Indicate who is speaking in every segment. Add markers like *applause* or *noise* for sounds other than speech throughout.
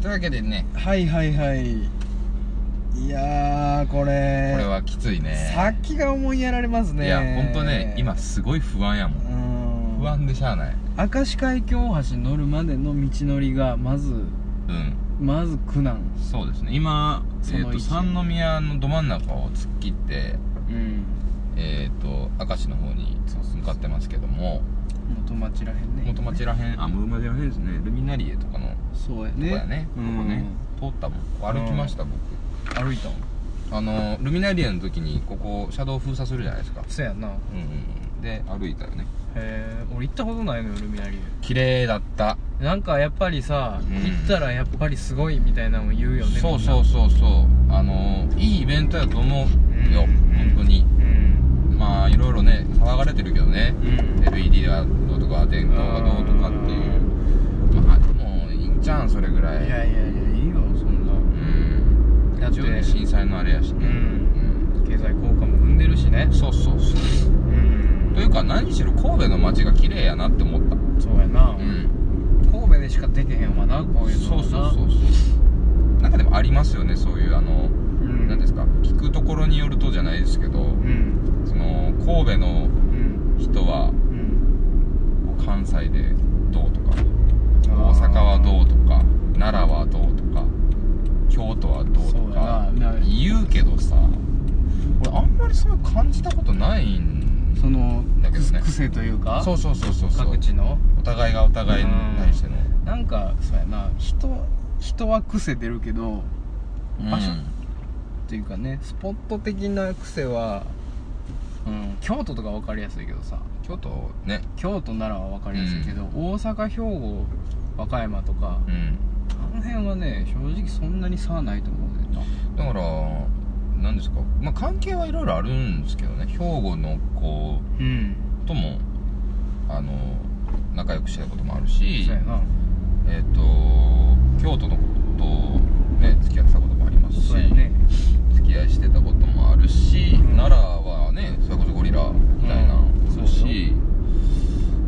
Speaker 1: というわけでね
Speaker 2: はいはいはいいやーこ
Speaker 1: こ
Speaker 2: れ
Speaker 1: れはきついね
Speaker 2: 先が思いやられますね
Speaker 1: いやほんとね今すごい不安やも
Speaker 2: うんん
Speaker 1: 不安でしゃあない
Speaker 2: 明石海峡大橋に乗るまでの道のりがまず
Speaker 1: うん
Speaker 2: まず苦難
Speaker 1: そうですね今、
Speaker 2: そ
Speaker 1: えー、
Speaker 2: の位
Speaker 1: と
Speaker 2: 置
Speaker 1: 三宮のど真ん中を突っ切って
Speaker 2: うん
Speaker 1: えっ、と明石の方に向かってますけども
Speaker 2: 元町らへんね
Speaker 1: 元町らへんあ元町らへんですねルミナリエとかのと
Speaker 2: そうや
Speaker 1: こ
Speaker 2: ね
Speaker 1: やねこ
Speaker 2: う
Speaker 1: こ
Speaker 2: ん
Speaker 1: ね通ったもんここ歩きました僕
Speaker 2: 歩いたもん
Speaker 1: あのルミナリエの時にここ車道封鎖するじゃないですか
Speaker 2: そうや
Speaker 1: うんう
Speaker 2: なへ
Speaker 1: んうんで歩いたよね
Speaker 2: え俺行ったことないのよルミナリ
Speaker 1: 綺麗だった
Speaker 2: エなんかやっぱりさ、
Speaker 1: うん
Speaker 2: 行ったらやっぱりすごいみたいなの言うよね
Speaker 1: そうそうそうそうあのいいイベントやと思うよ、
Speaker 2: うん
Speaker 1: 本当に
Speaker 2: うん
Speaker 1: まあいろいろね騒がれてるけどね
Speaker 2: うん
Speaker 1: LED がどうとか電灯がどうとかっていうまあでもいいんじゃんそれぐらい
Speaker 2: いやいやいやいいよそんな
Speaker 1: うん
Speaker 2: だっ
Speaker 1: 一
Speaker 2: て
Speaker 1: 応ね震災のあれやし
Speaker 2: う
Speaker 1: ね
Speaker 2: ん経済効果も生んでるしね
Speaker 1: うんそうそうそう
Speaker 2: うん
Speaker 1: というか何しろ神戸の街が綺麗やなって思った
Speaker 2: そうやな、
Speaker 1: うん
Speaker 2: 神戸でしかできへんわなこういうの
Speaker 1: そう
Speaker 2: は
Speaker 1: そうそ
Speaker 2: な
Speaker 1: うそうなんかでもありますよねそういうあの
Speaker 2: うん
Speaker 1: 何ですか聞くところによるとじゃないですけど
Speaker 2: うん
Speaker 1: その神戸の
Speaker 2: うん
Speaker 1: 人は
Speaker 2: うん
Speaker 1: こう関西でどうとか大阪はどうとか奈良はどうとか京都はどうと
Speaker 2: そう
Speaker 1: か
Speaker 2: やなな
Speaker 1: 言うけどさ俺あんまりそういう感じたことないん
Speaker 2: その
Speaker 1: だけどね
Speaker 2: く癖というか
Speaker 1: そうそうそうそうそう
Speaker 2: 各地の
Speaker 1: お互いがお互いに対しての、
Speaker 2: なんかそうやな人人は癖出るけど
Speaker 1: うん
Speaker 2: 場所っていうかねスポット的な癖は、うん、京都とか分かりやすいけどさ
Speaker 1: 京都ね
Speaker 2: 京都ならは分かりやすいけど、大阪兵庫和歌山とか、
Speaker 1: うん
Speaker 2: あの辺はね正直そんなに差はないと思うねんな
Speaker 1: だから何ですかまあ関係はいろいろあるんですけどね兵庫の子
Speaker 2: うん
Speaker 1: ともあの仲良くしてたこともあるし
Speaker 2: そうやな
Speaker 1: えっ、と京都のことね付き合ってたこともありますし、
Speaker 2: そうやね
Speaker 1: 付き合いしてたこともあるし、
Speaker 2: うん
Speaker 1: 奈良はねそれこそゴリラみたいな、
Speaker 2: うん
Speaker 1: そうし、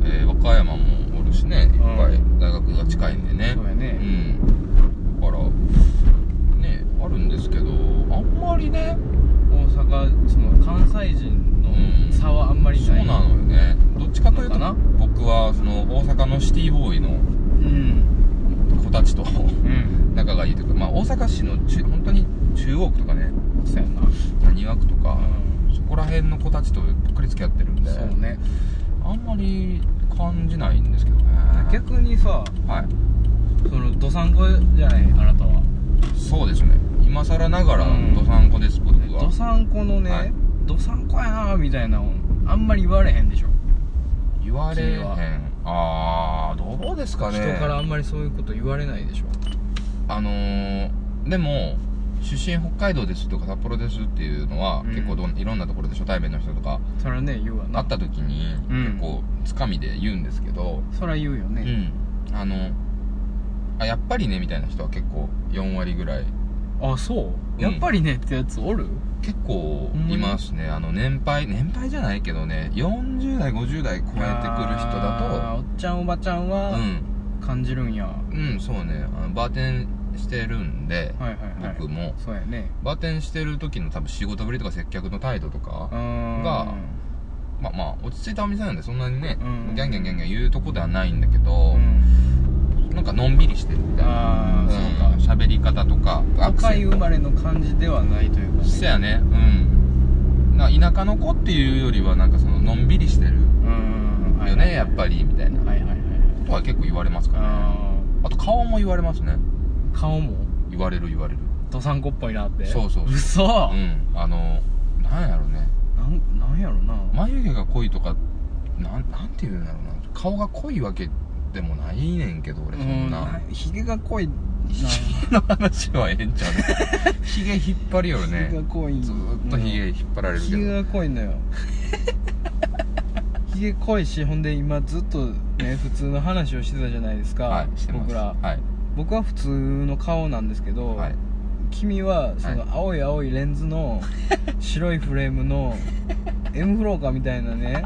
Speaker 1: えー和歌山もおるしねいっぱい、
Speaker 2: う
Speaker 1: 大学が近いんでね
Speaker 2: そうやね
Speaker 1: うんだからねあるんですけどあんまりね
Speaker 2: 大阪その関西人
Speaker 1: うん
Speaker 2: の差はあんまり
Speaker 1: そう
Speaker 2: ない、
Speaker 1: なのよねどっちかというと
Speaker 2: のかな
Speaker 1: 僕はその大阪のシティボーイの
Speaker 2: うん
Speaker 1: 子たちと
Speaker 2: うん
Speaker 1: 仲がいいというか、まあ、大阪市の中本当に中央区とかね
Speaker 2: そうやな
Speaker 1: 谷川区とか、
Speaker 2: う
Speaker 1: そこら辺の子たちとばっかり付き合ってるんで
Speaker 2: そうね
Speaker 1: あんまり感じないんですけどね
Speaker 2: 逆にさ
Speaker 1: はい
Speaker 2: そのどさんこじゃないあなたは
Speaker 1: そうですね今更ながら
Speaker 2: うん
Speaker 1: どさんこです、
Speaker 2: で
Speaker 1: 僕は
Speaker 2: どさんこのね、
Speaker 1: はい
Speaker 2: どさんこやなみたいなのあんまり言われへんでしょ、
Speaker 1: 言われへん
Speaker 2: 君は
Speaker 1: あーどうですかね
Speaker 2: 人からあんまりそういうこと言われないでしょ
Speaker 1: あのーでも出身北海道ですとか札幌ですっていうのは、
Speaker 2: うん
Speaker 1: 結構どんいろんなところで初対面の人とか
Speaker 2: それはね言うわな
Speaker 1: 会った時に、
Speaker 2: うん
Speaker 1: 結構つかみで言うんですけど、
Speaker 2: それは言うよ
Speaker 1: う
Speaker 2: ね、
Speaker 1: んあのあやっぱりねみたいな人は結構4割ぐらい
Speaker 2: あそう、
Speaker 1: ん
Speaker 2: やっぱりねってやつおる
Speaker 1: 結構いますね、あの年配年配じゃないけどね40代50代超えてくる人
Speaker 2: あ
Speaker 1: だ
Speaker 2: ーおっちゃんおばちゃん
Speaker 1: と
Speaker 2: は
Speaker 1: うん
Speaker 2: 感じるんや、
Speaker 1: うんそうねあのバーテンしてるんで、
Speaker 2: はいはいはい
Speaker 1: 僕も
Speaker 2: そうやね
Speaker 1: バーテンしてる時の多分仕事ぶりとか接客の態度とか、が
Speaker 2: が
Speaker 1: まあまあ落ち着いたお店なんでそんなにね、
Speaker 2: うん
Speaker 1: ギャンギャンギャンギャン言うとこではないんだけど、なんかのんびりしてるみたいな
Speaker 2: ああそう
Speaker 1: うん
Speaker 2: か
Speaker 1: 喋り方とか
Speaker 2: 都会
Speaker 1: ン
Speaker 2: 生まれの感じではないというかね
Speaker 1: そやねうんな田舎の子っていうよりはなんかそののんびりしてる
Speaker 2: うん
Speaker 1: よねやっぱ
Speaker 2: り
Speaker 1: りみたいな
Speaker 2: はいはいはい
Speaker 1: ことは結構言われますからね
Speaker 2: あ
Speaker 1: あと顔も言われますね
Speaker 2: ー顔も
Speaker 1: 言われる言われる
Speaker 2: どさんこっぽいなって
Speaker 1: そうそうそう
Speaker 2: 嘘
Speaker 1: うんあのなんやろうね
Speaker 2: なんなんやろな
Speaker 1: 眉毛が濃いとかなんなんて言うんだろうな顔が濃いわけでもないねんけど俺そんな
Speaker 2: ひげが濃いな
Speaker 1: の話はええんちゃうね
Speaker 2: *laughs*
Speaker 1: ひげ引っ張るよ
Speaker 2: ひげが
Speaker 1: ね
Speaker 2: 濃い
Speaker 1: ずーっとひげ
Speaker 2: うん
Speaker 1: 引っ張られる
Speaker 2: ひ
Speaker 1: け
Speaker 2: げ
Speaker 1: ど
Speaker 2: が濃
Speaker 1: *laughs*
Speaker 2: いのよひげ濃いしほんで今ずっとね普通の話をしてたじゃないですか、
Speaker 1: はいしてます
Speaker 2: 僕ら
Speaker 1: はい
Speaker 2: 僕は普通の顔なんですけど、
Speaker 1: はい
Speaker 2: 君はそ
Speaker 1: は
Speaker 2: の青い青いレンズ
Speaker 1: *laughs*
Speaker 2: の白いフレームの M フローカーみたいなね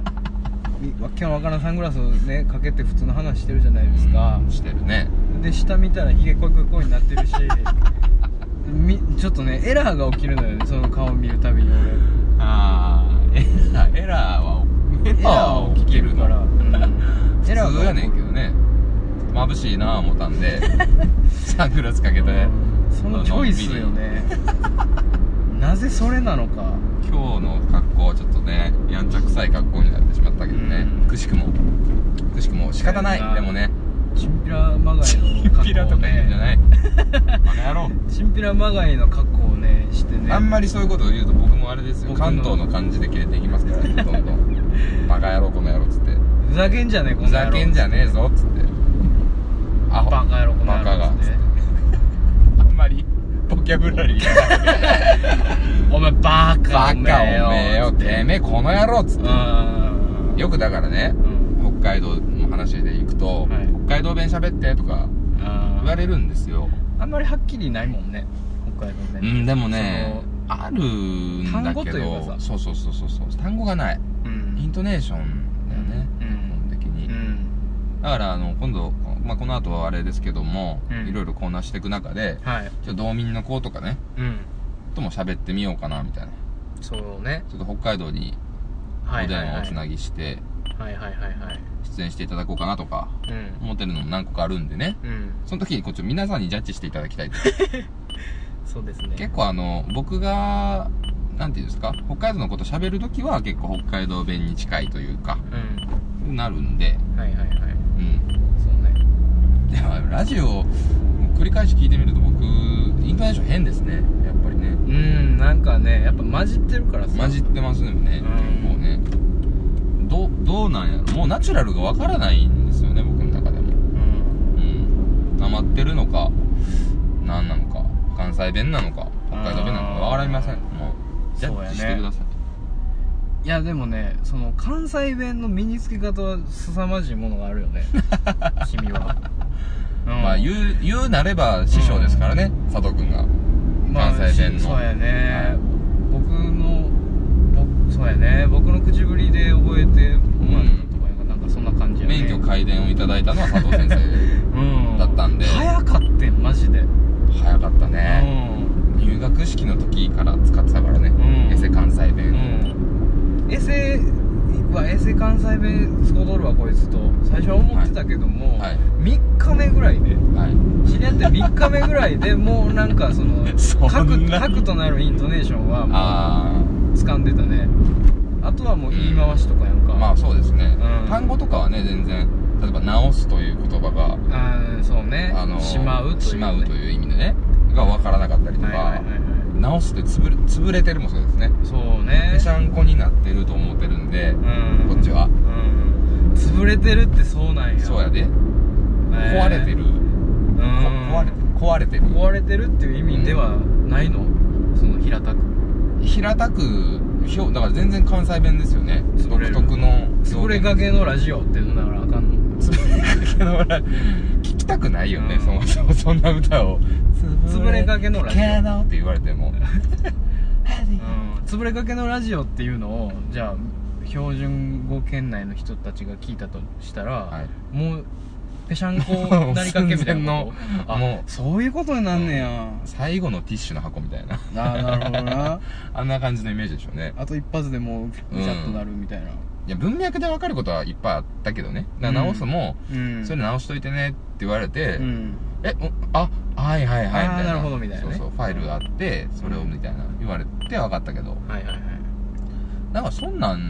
Speaker 2: みわけのわからんサングラスをねかけて普通の話してるじゃないですか
Speaker 1: うんしてるね
Speaker 2: で下見たらヒゲコイコイコイになって
Speaker 1: *laughs*
Speaker 2: るしみちょっとねエラーが起きるのよねその顔見るたびに
Speaker 1: ああエラーエラーは
Speaker 2: 俺エラーは起きてるから、う
Speaker 1: エ
Speaker 2: ん、
Speaker 1: ラーは普通やねんけどね眩しいなあ思ったん
Speaker 2: *laughs*
Speaker 1: でサングラスかけて
Speaker 2: そのチョイスよね *laughs* なぜそれなのか
Speaker 1: 今日の格好はちょっとねやんちゃくさい格好になってしまったけどね、
Speaker 2: うん
Speaker 1: くしくもくしくも仕方ない
Speaker 2: そうやな
Speaker 1: でもね
Speaker 2: チンピラまがいの
Speaker 1: チ
Speaker 2: 格好
Speaker 1: ン
Speaker 2: を
Speaker 1: ピラとか言うんじゃ
Speaker 2: ね
Speaker 1: ない
Speaker 2: *laughs*
Speaker 1: バカ野郎
Speaker 2: チンピラまがいの格好をねしてね
Speaker 1: あんまりそういうことを言うと僕もあれですよ
Speaker 2: 僕の
Speaker 1: 関東の感じで切れていきますからねどんどんバカ野郎この野郎っつって
Speaker 2: ふざけんじゃねえこの
Speaker 1: ふざけんじ
Speaker 2: ゃ
Speaker 1: ゃねえぞっつってアホ
Speaker 2: バカ野郎この野郎
Speaker 1: バカが
Speaker 2: っつって
Speaker 1: あんまりボキャブラリーが
Speaker 2: お前 *laughs* バカ
Speaker 1: バカお
Speaker 2: お前よ
Speaker 1: めえよてめえこの野郎っつっ
Speaker 2: う
Speaker 1: て
Speaker 2: ん
Speaker 1: よくだからね
Speaker 2: うん
Speaker 1: 北海道の話でいくと、
Speaker 2: はい
Speaker 1: 北海道弁喋ってとか言われるんですよ
Speaker 2: あんまりはっきりないもんね北海道
Speaker 1: う
Speaker 2: 弁
Speaker 1: んでもねあるんだけど
Speaker 2: 単語というかさ
Speaker 1: そうそうそうそうそう単語がない
Speaker 2: うん
Speaker 1: イントネーションだよね、
Speaker 2: うん
Speaker 1: 基本的に、
Speaker 2: うん
Speaker 1: だからあの今度、まあ、この後はあれですけども、
Speaker 2: うん
Speaker 1: いろいろコーナーしていく中で
Speaker 2: はい
Speaker 1: ちょっと道民の子とかね
Speaker 2: うん
Speaker 1: とも喋ってみようかなみたいな
Speaker 2: そうね
Speaker 1: ちょっと北海道に
Speaker 2: は
Speaker 1: お
Speaker 2: いはい
Speaker 1: 電話
Speaker 2: は
Speaker 1: をつないぎして
Speaker 2: はいはいはいはい
Speaker 1: 出演していただこうかなとか
Speaker 2: うん
Speaker 1: 思ってるのも何個かあるんでね
Speaker 2: うん
Speaker 1: その時にこっちを皆さんにジャッジしていただきたいと
Speaker 2: そうですね
Speaker 1: 結構あの僕がなんていうんですか北海道のこと喋る時は結構北海道弁に近いというか
Speaker 2: うん
Speaker 1: なるんで
Speaker 2: はいはいはい
Speaker 1: うん
Speaker 2: そうね
Speaker 1: でもラジオを繰り返し聞いてみると僕イントネーション変ですねやっぱりね
Speaker 2: うんなんかねやっぱ混じってるからさ
Speaker 1: 混じってますよね結
Speaker 2: うん
Speaker 1: 構ねどどうなんやろもうナチュラルがわからないんですよね僕の中でも
Speaker 2: うん
Speaker 1: うんなまってるのか何なのか関西弁なのか北海道弁なのかわかりませんもうジャ
Speaker 2: そう
Speaker 1: ッ
Speaker 2: や
Speaker 1: ジ
Speaker 2: ね
Speaker 1: してください、
Speaker 2: いやでもねその関西弁の身につけ方は凄まじいものがあるよ *laughs* ね君は、うん
Speaker 1: まあ言う言うなれば師匠ですからね、佐藤君が
Speaker 2: まあ
Speaker 1: 関西弁の
Speaker 2: そうや
Speaker 1: は
Speaker 2: ね、
Speaker 1: い
Speaker 2: 僕の僕そうやね僕の口ぶりで覚えてもらったとかいうかなんかそんな感じやね
Speaker 1: 免許改伝をいただいたのは佐藤先
Speaker 2: *laughs*
Speaker 1: 生
Speaker 2: うん
Speaker 1: だったんで
Speaker 2: 早かってんマジで、
Speaker 1: 早かったね、入学式の時から使ってたからね、
Speaker 2: うん
Speaker 1: エセ関西
Speaker 2: うんう
Speaker 1: 弁、
Speaker 2: んエセはエセ関西弁使うとるわこいつと最初は思ってたけども、
Speaker 1: はいはい
Speaker 2: 3日目ぐらいで
Speaker 1: はい
Speaker 2: 知り合って3日目ぐら
Speaker 1: *laughs*
Speaker 2: いでもうなんかその
Speaker 1: そんな
Speaker 2: 核核となるイントネーションはも
Speaker 1: あ
Speaker 2: う掴んでたねあとはもう言い回しとかやん
Speaker 1: あ
Speaker 2: か、
Speaker 1: まあそうですね、
Speaker 2: うん
Speaker 1: 単語とかはね全然例えば「直す」という言葉が、
Speaker 2: あーそうね、
Speaker 1: あの
Speaker 2: しまうという、ね、
Speaker 1: しまうという意味でねが分からなかったりとか、
Speaker 2: はいはいはいは
Speaker 1: 直すって潰れ潰れてるもそうですね
Speaker 2: いそうね
Speaker 1: ぺしゃんこになってると思ってるんで、
Speaker 2: うん
Speaker 1: こっちは
Speaker 2: うん潰れてるってそうなんや
Speaker 1: そうやで、
Speaker 2: ね
Speaker 1: 壊れてる、
Speaker 2: うん
Speaker 1: こ壊れてる壊れてる
Speaker 2: 壊れてるっていう意味ではないの、その平たく
Speaker 1: 平たくひょだから全然関西弁ですよね
Speaker 2: 潰
Speaker 1: 独
Speaker 2: れる
Speaker 1: 特の
Speaker 2: 潰れかけのラジオっていうのならあかんの
Speaker 1: つぶれかけのラ聞きたくないよね、
Speaker 2: うん
Speaker 1: そもそもそんな歌を
Speaker 2: つぶれかけのラジ
Speaker 1: つ
Speaker 2: オ
Speaker 1: ぶれかけのって言われても
Speaker 2: うんつぶれかけのラジオっていうのをじゃあ標準語圏内の人たちが聞いたとしたら、
Speaker 1: はい
Speaker 2: も *laughs* うぺしゃんこなりかけみたいなこ
Speaker 1: 寸前の
Speaker 2: とあ
Speaker 1: *laughs* もう
Speaker 2: そういうことになんねや、
Speaker 1: 最後のティッシュの箱みたいな
Speaker 2: ああなるほどな *laughs*
Speaker 1: あんな感じのイメージでしょうね
Speaker 2: あと一発でもうぐちゃっとなるみたいな、
Speaker 1: いや文脈で分かることはいっぱいあったけどねだから直すも、
Speaker 2: うん
Speaker 1: それ直しといてねって言われて、
Speaker 2: うん
Speaker 1: えおあはいはいはいみ
Speaker 2: あー
Speaker 1: たいな
Speaker 2: なるほどみたいなね
Speaker 1: そうそうファイルがあってそれをみたいな言われて分かったけど
Speaker 2: はいはいはい
Speaker 1: なんかそんなん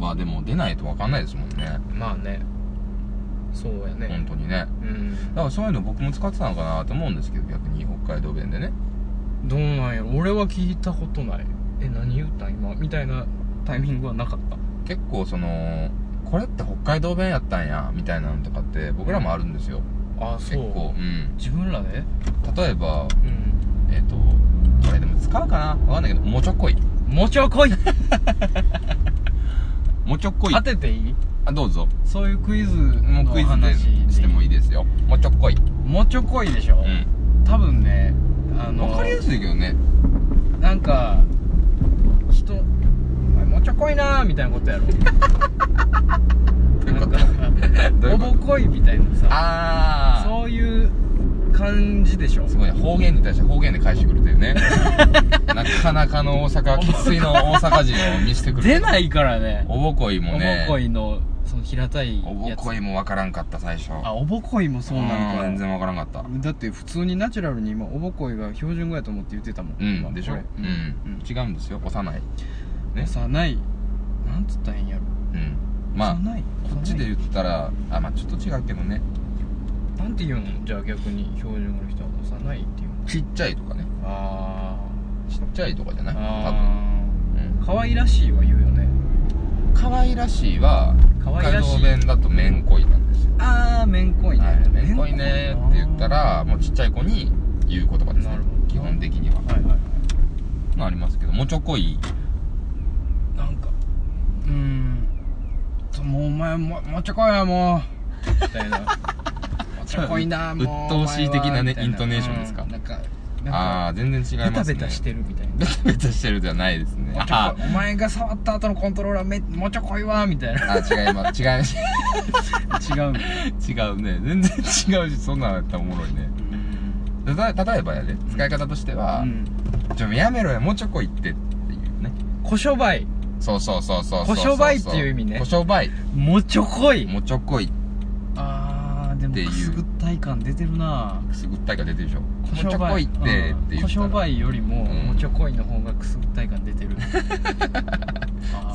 Speaker 1: はでも出ないと分かんないですもんね
Speaker 2: まあねそうや
Speaker 1: 本
Speaker 2: ね
Speaker 1: 当にね
Speaker 2: うん
Speaker 1: だからそういうの僕も使ってたのかなと思うんですけど逆に北海道弁でね
Speaker 2: どうなんやろ俺は聞いたことないえ何言ったん今みたいなタイミングはなかった
Speaker 1: 結構そのこれって北海道弁やったんやみたいなのとかって僕らもあるんですよ
Speaker 2: ああ
Speaker 1: 結
Speaker 2: そう
Speaker 1: 構うん
Speaker 2: 自分らで
Speaker 1: 例えば
Speaker 2: うん
Speaker 1: えっ、とこれでも使うかな分かんないけどもちょこい
Speaker 2: もちょこい
Speaker 1: もちょこい
Speaker 2: 当てていい
Speaker 1: あどうぞ
Speaker 2: そういうクイズ
Speaker 1: もう
Speaker 2: の
Speaker 1: クイズ
Speaker 2: 話
Speaker 1: でしてもいいですよもちょこい
Speaker 2: もちょこいでしょ、
Speaker 1: うん
Speaker 2: 多分ねあの
Speaker 1: 分かりやすいけどね
Speaker 2: なんか人お前もちょこいなーみたいなことやろ
Speaker 1: どういうこと
Speaker 2: なん
Speaker 1: どうい
Speaker 2: か
Speaker 1: うこと
Speaker 2: おぼこいみたいなさ
Speaker 1: ああ
Speaker 2: そういう感じでしょ
Speaker 1: すごいね方言に対して方言で返してくるという
Speaker 2: *laughs*
Speaker 1: ねなかなかの大阪生粋の大阪人を見せてくる
Speaker 2: 出ないからね
Speaker 1: おぼこいもね
Speaker 2: おぼこいのその平たいやつ
Speaker 1: おぼこいもわからんかった最初
Speaker 2: あおぼこいもそうなん
Speaker 1: う
Speaker 2: か
Speaker 1: 全然わからんかった
Speaker 2: だって普通にナチュラルに今おぼこいが標準語やと思って言ってたもん
Speaker 1: うん
Speaker 2: 今
Speaker 1: でしょう
Speaker 2: これ
Speaker 1: ん、違うんですよ幼いね
Speaker 2: 幼いなんつったらいいんやろ
Speaker 1: うんまあこ
Speaker 2: 幼いこ
Speaker 1: っちで言ったらあまあちょっと違うけどね
Speaker 2: なんて言うのじゃあ逆に標準語の人は幼いっていうの
Speaker 1: ちっちゃいとかね
Speaker 2: あ
Speaker 1: ちっちゃいとかじゃ
Speaker 2: ー
Speaker 1: ない
Speaker 2: あ
Speaker 1: 多分、
Speaker 2: ー可愛らしいは言うよね
Speaker 1: うん、かわいらしいは
Speaker 2: 可愛
Speaker 1: 北
Speaker 2: ら
Speaker 1: 海
Speaker 2: しい
Speaker 1: 道弁だとめんこいなんですよ
Speaker 2: ああめんこいね、
Speaker 1: はいめんこいねって言ったらもうちっちゃい子に言う言葉です
Speaker 2: な
Speaker 1: ね
Speaker 2: るほど
Speaker 1: 基本的には
Speaker 2: はいはいはい
Speaker 1: まあありますけどもちょこい
Speaker 2: なんかうーんちょもうお前ももうちょこいやもうみた
Speaker 1: *laughs*
Speaker 2: いなもうちょこいな
Speaker 1: ちょっと
Speaker 2: もう
Speaker 1: 鬱陶しい的なね
Speaker 2: お前は
Speaker 1: イントネーションですか
Speaker 2: うんなんかなんか
Speaker 1: ああ全然違い
Speaker 2: ベ
Speaker 1: ま
Speaker 2: タ
Speaker 1: すね
Speaker 2: ベタしてるみたい
Speaker 1: ベ
Speaker 2: な
Speaker 1: タベタしてるじゃないですね
Speaker 2: もうち
Speaker 1: *laughs* あ
Speaker 2: ょこいお前が触った後のコントローラーめもうちょこいわみたいな
Speaker 1: あ違います違います
Speaker 2: 違うみたいな
Speaker 1: 違うね全然違うしそんなんやったらおもろいねただ例えばやで使い方としては
Speaker 2: う、ん
Speaker 1: ちょやめろやもうちょこいってっていうね
Speaker 2: 小商売
Speaker 1: そうそうそうそう
Speaker 2: こしょばいっていう意味ね
Speaker 1: こしょばい
Speaker 2: もうちょこい
Speaker 1: もうちょこい
Speaker 2: あーでも
Speaker 1: っていう
Speaker 2: くすぐったい感出てるな
Speaker 1: くすぐったいが出てるでしょも
Speaker 2: 小
Speaker 1: うちょ
Speaker 2: 商
Speaker 1: こ
Speaker 2: 売
Speaker 1: いってって
Speaker 2: うん
Speaker 1: 言ったら
Speaker 2: 小商売よりも、
Speaker 1: うん
Speaker 2: もうちょこいの方がくすぐったい感出てるあ ー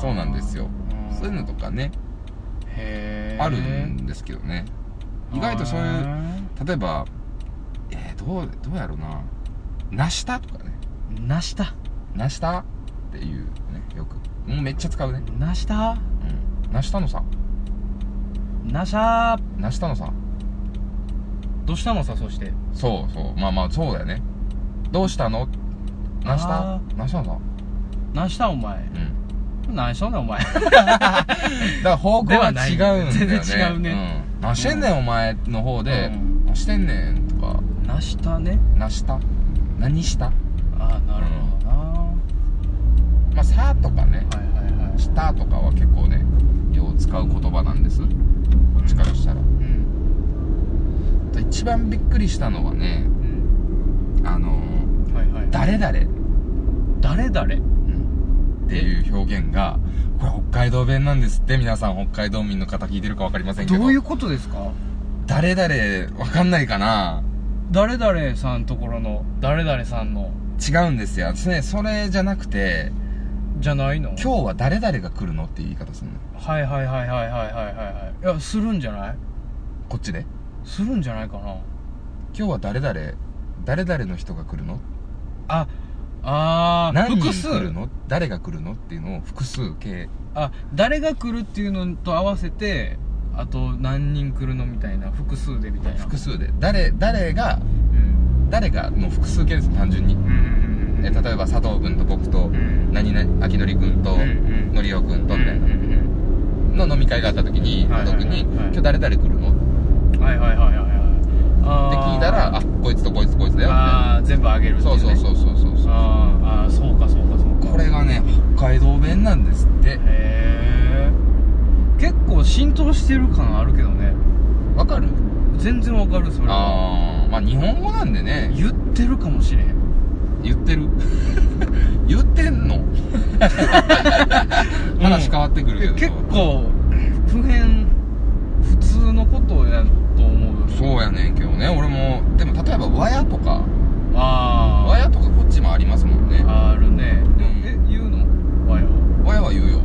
Speaker 1: *laughs* そうなんですよ
Speaker 2: ん
Speaker 1: そういうのとかね
Speaker 2: へー
Speaker 1: あるんですけどね意外とそうい
Speaker 2: へ
Speaker 1: う例えばえー、どうどうやろうな「なした」とかね
Speaker 2: ーなした
Speaker 1: 「なした」っていうねよくもうめっちゃ使うね
Speaker 2: なした
Speaker 1: うん「なしたのさ」
Speaker 2: なしゃ
Speaker 1: 「なしたのさ
Speaker 2: ーどうしたのさそして」
Speaker 1: そうそうまあまあそうだよね「どうしたの?」「なした
Speaker 2: あ」
Speaker 1: 「なしたのさ」
Speaker 2: なしたお前
Speaker 1: うん
Speaker 2: 何しとんねんお前 *laughs*
Speaker 1: だから方向は違うんだよね
Speaker 2: ではない全然違うね
Speaker 1: うん「なしてんねんお前」の方で
Speaker 2: う
Speaker 1: 「
Speaker 2: ん
Speaker 1: なしてんねん」とか
Speaker 2: なしたね
Speaker 1: 「なした」「何した」
Speaker 2: ああなるほどな、
Speaker 1: まあ「さ」とかね
Speaker 2: はいはいは
Speaker 1: 「した」とかは結構ねよう使う言葉なんですこっちからしたら
Speaker 2: いうん
Speaker 1: 一番びっくりしたのはね
Speaker 2: うん
Speaker 1: あの
Speaker 2: はいはい
Speaker 1: 「誰々」
Speaker 2: 誰誰
Speaker 1: っていう表現がこれ北海道弁なんですって皆さん北海道民の方聞いてるか分かりませんけど
Speaker 2: どういうことですか
Speaker 1: 誰々分かんないかな
Speaker 2: 誰々さんところの誰々さんの
Speaker 1: 違うんですよ私ねそれじゃなくて
Speaker 2: じゃないの
Speaker 1: 今日は誰々が来るのっていう言い方するの
Speaker 2: はいはいはいはいはいはいはいはいいやするんじゃない
Speaker 1: こっちです
Speaker 2: るんじゃないかな
Speaker 1: 今日は誰々誰々の人が来るの
Speaker 2: ああー
Speaker 1: 何人
Speaker 2: 複数
Speaker 1: 来るの誰が来るのっていうのを複数形
Speaker 2: あ誰が来るっていうのと合わせてあと何人来るのみたいな複数でみたいな
Speaker 1: 複数で誰誰が
Speaker 2: うん
Speaker 1: 誰がの複数形です単純に
Speaker 2: うんうんうん
Speaker 1: え例えば佐藤君と僕と
Speaker 2: うん
Speaker 1: 何々明典君と
Speaker 2: うんうん
Speaker 1: のりお君とみたい
Speaker 2: うんうん
Speaker 1: なの飲み会があった時に
Speaker 2: はいはいはい
Speaker 1: 特に
Speaker 2: はい
Speaker 1: 「今日誰々来るの?」っ
Speaker 2: うんはいはいはいはいはいあ
Speaker 1: て
Speaker 2: ー
Speaker 1: 聞いたら「あこいつとこいつこいつだよ」っ
Speaker 2: あー全部あげる
Speaker 1: て
Speaker 2: ってい
Speaker 1: そう
Speaker 2: ね
Speaker 1: そうそうそうそうそう
Speaker 2: あーあーそうかそうかそうか
Speaker 1: これがね北海道弁なんですって
Speaker 2: へえ結構浸透してる感あるけどね
Speaker 1: わかる
Speaker 2: 全然わかるそれは
Speaker 1: ああまあ日本語なんでね
Speaker 2: 言ってるかもしれへん
Speaker 1: 言ってる *laughs* 言ってん
Speaker 2: *laughs*
Speaker 1: の話変わってくるけど、
Speaker 2: 結構普遍普通のことやと思う
Speaker 1: そうやねんけどね俺もでも例えば和屋とか和
Speaker 2: あ
Speaker 1: 屋とかこっちもありますもんね
Speaker 2: ああるねでも
Speaker 1: うん
Speaker 2: え言うのわよ
Speaker 1: 和屋は言うよ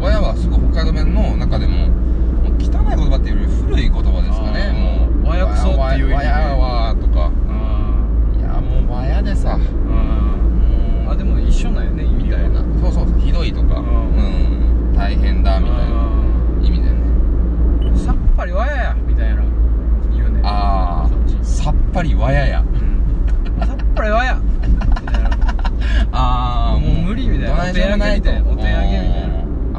Speaker 1: 和屋はすぐ北海道弁の中でももう汚い言葉っていうより古い言葉ですかね
Speaker 2: あー
Speaker 1: もう
Speaker 2: 和屋クソっていう意味で
Speaker 1: 和屋はとか
Speaker 2: あ
Speaker 1: いやもう和屋でさもう
Speaker 2: ああでも一緒なんやね
Speaker 1: み
Speaker 2: み
Speaker 1: た
Speaker 2: た
Speaker 1: い
Speaker 2: い
Speaker 1: な
Speaker 2: な
Speaker 1: そうそうそうひどいとかう
Speaker 2: う
Speaker 1: ん
Speaker 2: ん
Speaker 1: 大変だみたいな意味だよね
Speaker 2: あーさっぱりわややみたいな言うね
Speaker 1: あ
Speaker 2: こっち
Speaker 1: あさっぱり和屋や
Speaker 2: うんさっぱりわやみたいな
Speaker 1: あ
Speaker 2: もう無理みたいな
Speaker 1: どしようもないと
Speaker 2: お手上げみたいなお手上げみたいな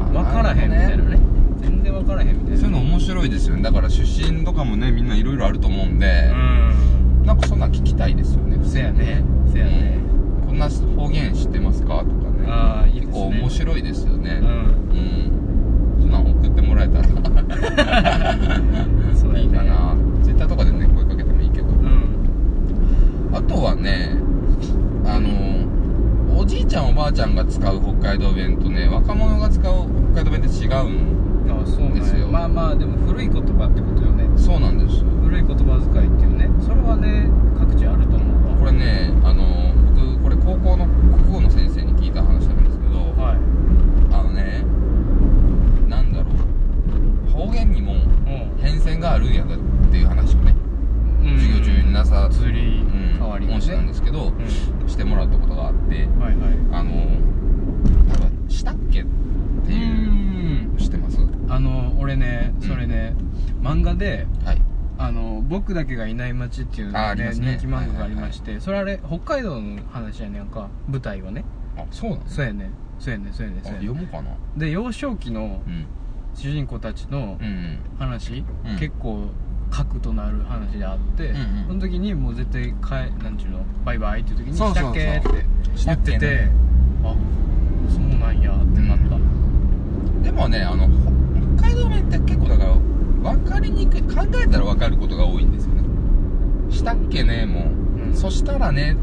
Speaker 1: あー
Speaker 2: 分からへんみたいなね全然分からへんみたい
Speaker 1: そう
Speaker 2: な
Speaker 1: いうの面白いですよねだから出身とかもねみんないろいろあると思うんで、
Speaker 2: ん
Speaker 1: なんかそんなん聞きたいですよね
Speaker 2: せやねせやね
Speaker 1: こんな方言知ってますか?」とかね
Speaker 2: ああいいですね
Speaker 1: 結構面白いですよ
Speaker 2: う
Speaker 1: ね
Speaker 2: ん
Speaker 1: うん、そんなん送ってもらえたら
Speaker 2: そう
Speaker 1: いいかな Twitter とかでね声かけてもいいけど
Speaker 2: うん
Speaker 1: あとはねあのおじいちゃんおばあちゃんが使う北海道弁とね若者が使う北海道弁って違うん
Speaker 2: あそうなんや
Speaker 1: ですよ
Speaker 2: まあまあでも古い言葉ってことよね
Speaker 1: そうなんです
Speaker 2: 古い言葉遣いっていうねそれはね各地あると思うわ
Speaker 1: これねあの僕これ高校の国語の先生に聞いた話なんですけど
Speaker 2: はい
Speaker 1: あのねなんだろう方言にも
Speaker 2: う
Speaker 1: 変遷があるんやだっていう話をね、
Speaker 2: んうん
Speaker 1: 授業中になさ
Speaker 2: 移
Speaker 1: う
Speaker 2: り
Speaker 1: ん
Speaker 2: 変わりがね
Speaker 1: 恩師なんですけど、してもらったことがあって
Speaker 2: うんはいはい
Speaker 1: あのなんか「したっけ?」っていう
Speaker 2: う
Speaker 1: 知ってますは
Speaker 2: あの俺ね
Speaker 1: うん
Speaker 2: それね、漫画で
Speaker 1: い
Speaker 2: あの「僕だけがいない街」っていう、
Speaker 1: あありますね
Speaker 2: 人気漫画がありまして、それあれ北海道の話やねんか舞台はね
Speaker 1: あそうなんです
Speaker 2: そうやねそうやねそうやね
Speaker 1: あ
Speaker 2: そうやね
Speaker 1: 読もうかな
Speaker 2: で幼少期の
Speaker 1: うん
Speaker 2: 主人公たちの
Speaker 1: うん
Speaker 2: 話、
Speaker 1: うん
Speaker 2: 結構核となる話であって、
Speaker 1: うんうん
Speaker 2: その時にもう絶対かえなんちゅうのバイバイっていう時に「
Speaker 1: そう
Speaker 2: し
Speaker 1: そうそ
Speaker 2: た
Speaker 1: う
Speaker 2: っけ?」って
Speaker 1: した
Speaker 2: 言
Speaker 1: っ
Speaker 2: って
Speaker 1: け
Speaker 2: て、
Speaker 1: ね
Speaker 2: あそうなんやってなった、
Speaker 1: うでもねあのほ北海道弁って結構だから分かりにくい考えたら分かることが多いんですよね「したっけね?」もう、
Speaker 2: うん
Speaker 1: そしたらね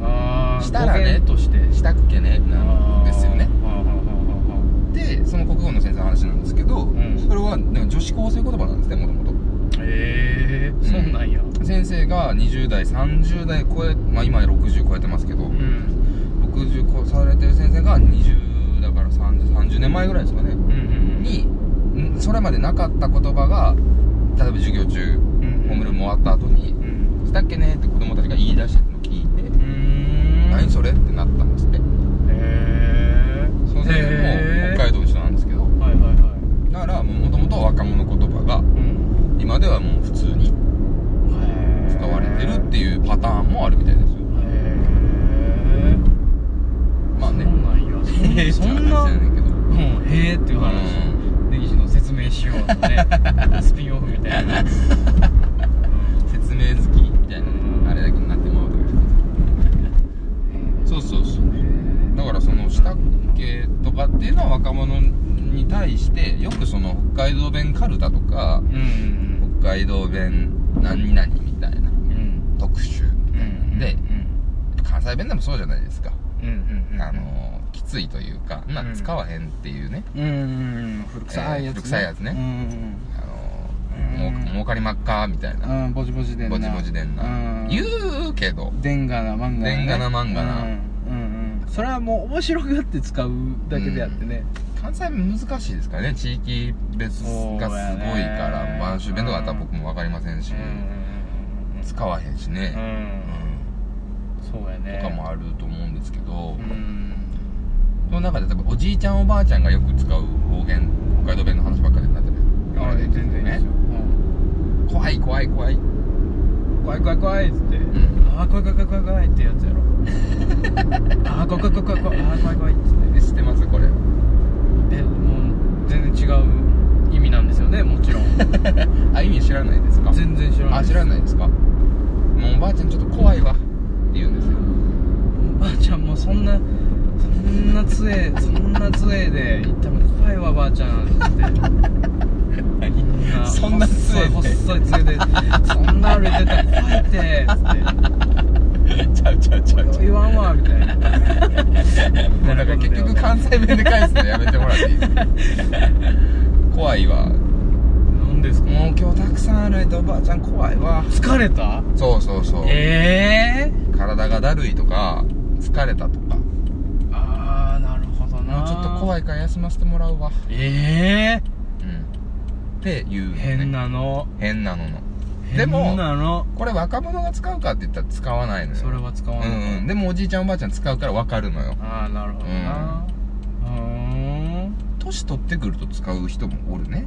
Speaker 2: ああ
Speaker 1: したらね
Speaker 2: として
Speaker 1: 「したっけね?」なんですよね
Speaker 2: あーはあはあはあはあ
Speaker 1: でその国語の先生の話なんですけど、
Speaker 2: ん
Speaker 1: それはでも女子高生言葉なんですねもともと
Speaker 2: へえそうなんや
Speaker 1: 先生が20代30代超え、まあ、今60超えてますけど、
Speaker 2: うん
Speaker 1: 60超されてる先生が20だから3030年前ぐらいですかね
Speaker 2: うんうん
Speaker 1: にんそれまでなかった言葉が例えば授業中
Speaker 2: うんうん
Speaker 1: ホームルーム終わった後に
Speaker 2: う
Speaker 1: 「
Speaker 2: ん
Speaker 1: したっけね?」って子供たちが言い出してるのを聞いて
Speaker 2: う
Speaker 1: 「
Speaker 2: ーん
Speaker 1: 何それ?」ってなったんですって
Speaker 2: へえ
Speaker 1: その先生も北海道の人なんですけど
Speaker 2: 道はいはいはい
Speaker 1: だからもともと若者言葉が
Speaker 2: うん
Speaker 1: 今ではもう普通に
Speaker 2: へ
Speaker 1: 使われてるって
Speaker 2: へ
Speaker 1: いうパターンもあるみたいですよ
Speaker 2: え
Speaker 1: まあね
Speaker 2: そうなんやそんそんな
Speaker 1: 話やねんけど
Speaker 2: もうへえっていう話根岸の説明しようとねスピンオフみたいなうん
Speaker 1: 説明好きみたいなねあれだけになってもらうというそうそうそうだからそのしたっけとかっていうのは若者に対してよくその北海道弁カルタとか
Speaker 2: うんうん
Speaker 1: 北海道弁何々みたいな
Speaker 2: うんうん
Speaker 1: 特集みたいなんで
Speaker 2: うん
Speaker 1: 関西弁でもそうじゃないですか
Speaker 2: うんうんうん
Speaker 1: あのきついというかな使わへんっていうね
Speaker 2: うんうんうん古臭いや
Speaker 1: えー
Speaker 2: つ、
Speaker 1: 古臭いやつね
Speaker 2: うん
Speaker 1: あの
Speaker 2: うん
Speaker 1: もう儲かりまっかみたい
Speaker 2: うん
Speaker 1: な
Speaker 2: うん、うん、ぼちぼちでんな
Speaker 1: ぼちぼちでん
Speaker 2: う
Speaker 1: なん言うけど
Speaker 2: でんがな漫画
Speaker 1: でんがな漫画な
Speaker 2: うんうんうんそれはもう面白がって使うだけであってね、
Speaker 1: 関西弁難しいですからね地域別がすごいから
Speaker 2: そうやね
Speaker 1: 満州弁とかだったら僕も分かりませんし、
Speaker 2: うん
Speaker 1: 使わへんし
Speaker 2: う
Speaker 1: ね、うん
Speaker 2: そうや
Speaker 1: ん
Speaker 2: ね
Speaker 1: とかもあると思うんですけど、
Speaker 2: うん
Speaker 1: その中で多分おじいちゃんおばあちゃんがよく使う方言北海道弁の話ばっかりになってる
Speaker 2: あれ全然いいですよ、
Speaker 1: 怖い怖い怖い
Speaker 2: うん、怖い怖い怖いっつって、
Speaker 1: ん
Speaker 2: ああ怖い怖い怖い怖い怖いってやつや
Speaker 1: *laughs*
Speaker 2: ろああ怖い怖い怖い怖いああ怖い怖いっつって
Speaker 1: え知ってますこれ
Speaker 2: えもう全然違う意味なんですよねも
Speaker 1: *laughs*
Speaker 2: ちろん
Speaker 1: あ意味知らないですか
Speaker 2: 全然知らない
Speaker 1: あ知らないですかもうおばあちゃんちょっと怖いわって言うんですよ
Speaker 2: おばあちゃんもうそんなそんな杖そんな杖で行ったら怖いわばあちゃんって
Speaker 1: そんな杖で
Speaker 2: 細い細い杖でそんな歩いてたら怖いってつ
Speaker 1: ちゃうちゃうちゃう
Speaker 2: っ
Speaker 1: ち
Speaker 2: て
Speaker 1: ゃう
Speaker 2: 言わんわみたいな
Speaker 1: だから結局関西弁で返すのやめてもらっていいですか怖いわ
Speaker 2: 何ですか
Speaker 1: もう今日たくさん歩いておばあちゃん怖いわ
Speaker 2: 疲れた
Speaker 1: そうそうそう、
Speaker 2: ええ
Speaker 1: 体がだるいとか疲れたとかも
Speaker 2: ー、ああなるほどな
Speaker 1: うちょっと怖
Speaker 2: い
Speaker 1: いから休ませてもらうわ
Speaker 2: ええ
Speaker 1: うんっていう、
Speaker 2: ー、
Speaker 1: ね、
Speaker 2: 変なの
Speaker 1: 変なののでも
Speaker 2: 変なの
Speaker 1: これ若者が使うかって言ったら使わないのよ
Speaker 2: それは使わ
Speaker 1: う
Speaker 2: ない、
Speaker 1: ん、うん、でもおじいちゃんおばあちゃん使うから分かるのよ
Speaker 2: ああなるほどなうーん
Speaker 1: 年取ってくると使う人もおるね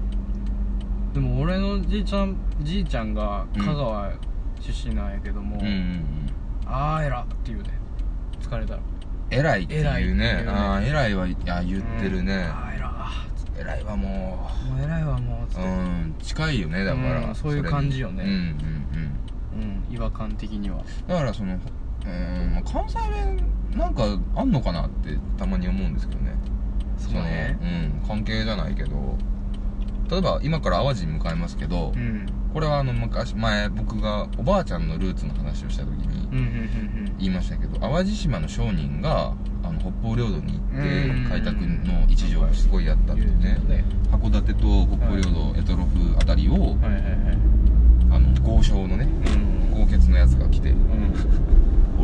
Speaker 2: でも俺のじいちゃんじいちゃんが
Speaker 1: うん
Speaker 2: 香川出身なんやけども、
Speaker 1: うんうんうん
Speaker 2: ああえらって言うね疲れたら
Speaker 1: 偉いっていうね
Speaker 2: 偉いっていうね
Speaker 1: ああ偉いはいや言ってる
Speaker 2: うん
Speaker 1: ね、
Speaker 2: ああえら
Speaker 1: 偉いはも
Speaker 2: もうえらいわもうつっ
Speaker 1: うう
Speaker 2: て、
Speaker 1: ん近いよねだから、
Speaker 2: うんそうい
Speaker 1: れ
Speaker 2: う
Speaker 1: に
Speaker 2: 感じよね
Speaker 1: うんうんうん
Speaker 2: うん違和感的には
Speaker 1: だからそのうん関西弁なんかあんのかなってたまに思うんですけどね
Speaker 2: そうね
Speaker 1: そのうん関係じゃないけど例えば今から淡路に向かいますけど、
Speaker 2: うん
Speaker 1: これはあの昔前僕がおばあちゃんのルーツの話をした時に
Speaker 2: うんうんうん
Speaker 1: 言いましたけど淡路島の商人があの北方領土に
Speaker 2: う
Speaker 1: 行っ
Speaker 2: ん
Speaker 1: て開拓の一助をすごいやった
Speaker 2: う
Speaker 1: っ
Speaker 2: ん
Speaker 1: ていうね函館と北方領土択捉府あたりを
Speaker 2: はいはいはい
Speaker 1: あの豪商のね
Speaker 2: うん
Speaker 1: 豪傑のやつが来て
Speaker 2: うん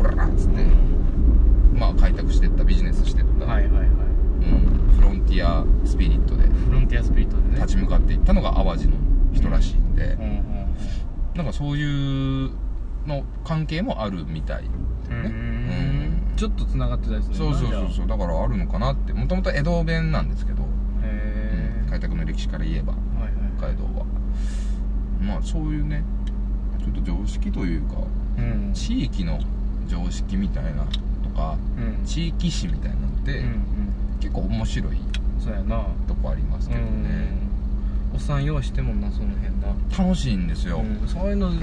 Speaker 1: 「オララ」っつってまあ開拓してったビジネスしてった、
Speaker 2: はいはいはい
Speaker 1: うん、フロンティアスピリットで
Speaker 2: フロンティアスピリットでね
Speaker 1: 立ち向かっていったのが淡路の人らしいんで、
Speaker 2: うんうん
Speaker 1: なんかそういうの関係もあるみたい、
Speaker 2: うん
Speaker 1: ねうん
Speaker 2: ちょっと繋がってたりする
Speaker 1: そうそうそう
Speaker 2: う
Speaker 1: そうだからあるのかなってもともと江戸弁なんですけど、うん
Speaker 2: へえ
Speaker 1: 開拓の歴史から言えば
Speaker 2: はいはい
Speaker 1: 北海道はまあそういうねちょっと常識というか
Speaker 2: うん
Speaker 1: 地域の常識みたいなとか
Speaker 2: うん
Speaker 1: 地域史みたいなのって、
Speaker 2: うんうん
Speaker 1: 結構面白い
Speaker 2: そうやな
Speaker 1: とこありますけどね、
Speaker 2: うんおっさん用意してもんなその辺な
Speaker 1: 楽しいんですよ、
Speaker 2: うんそういうのを調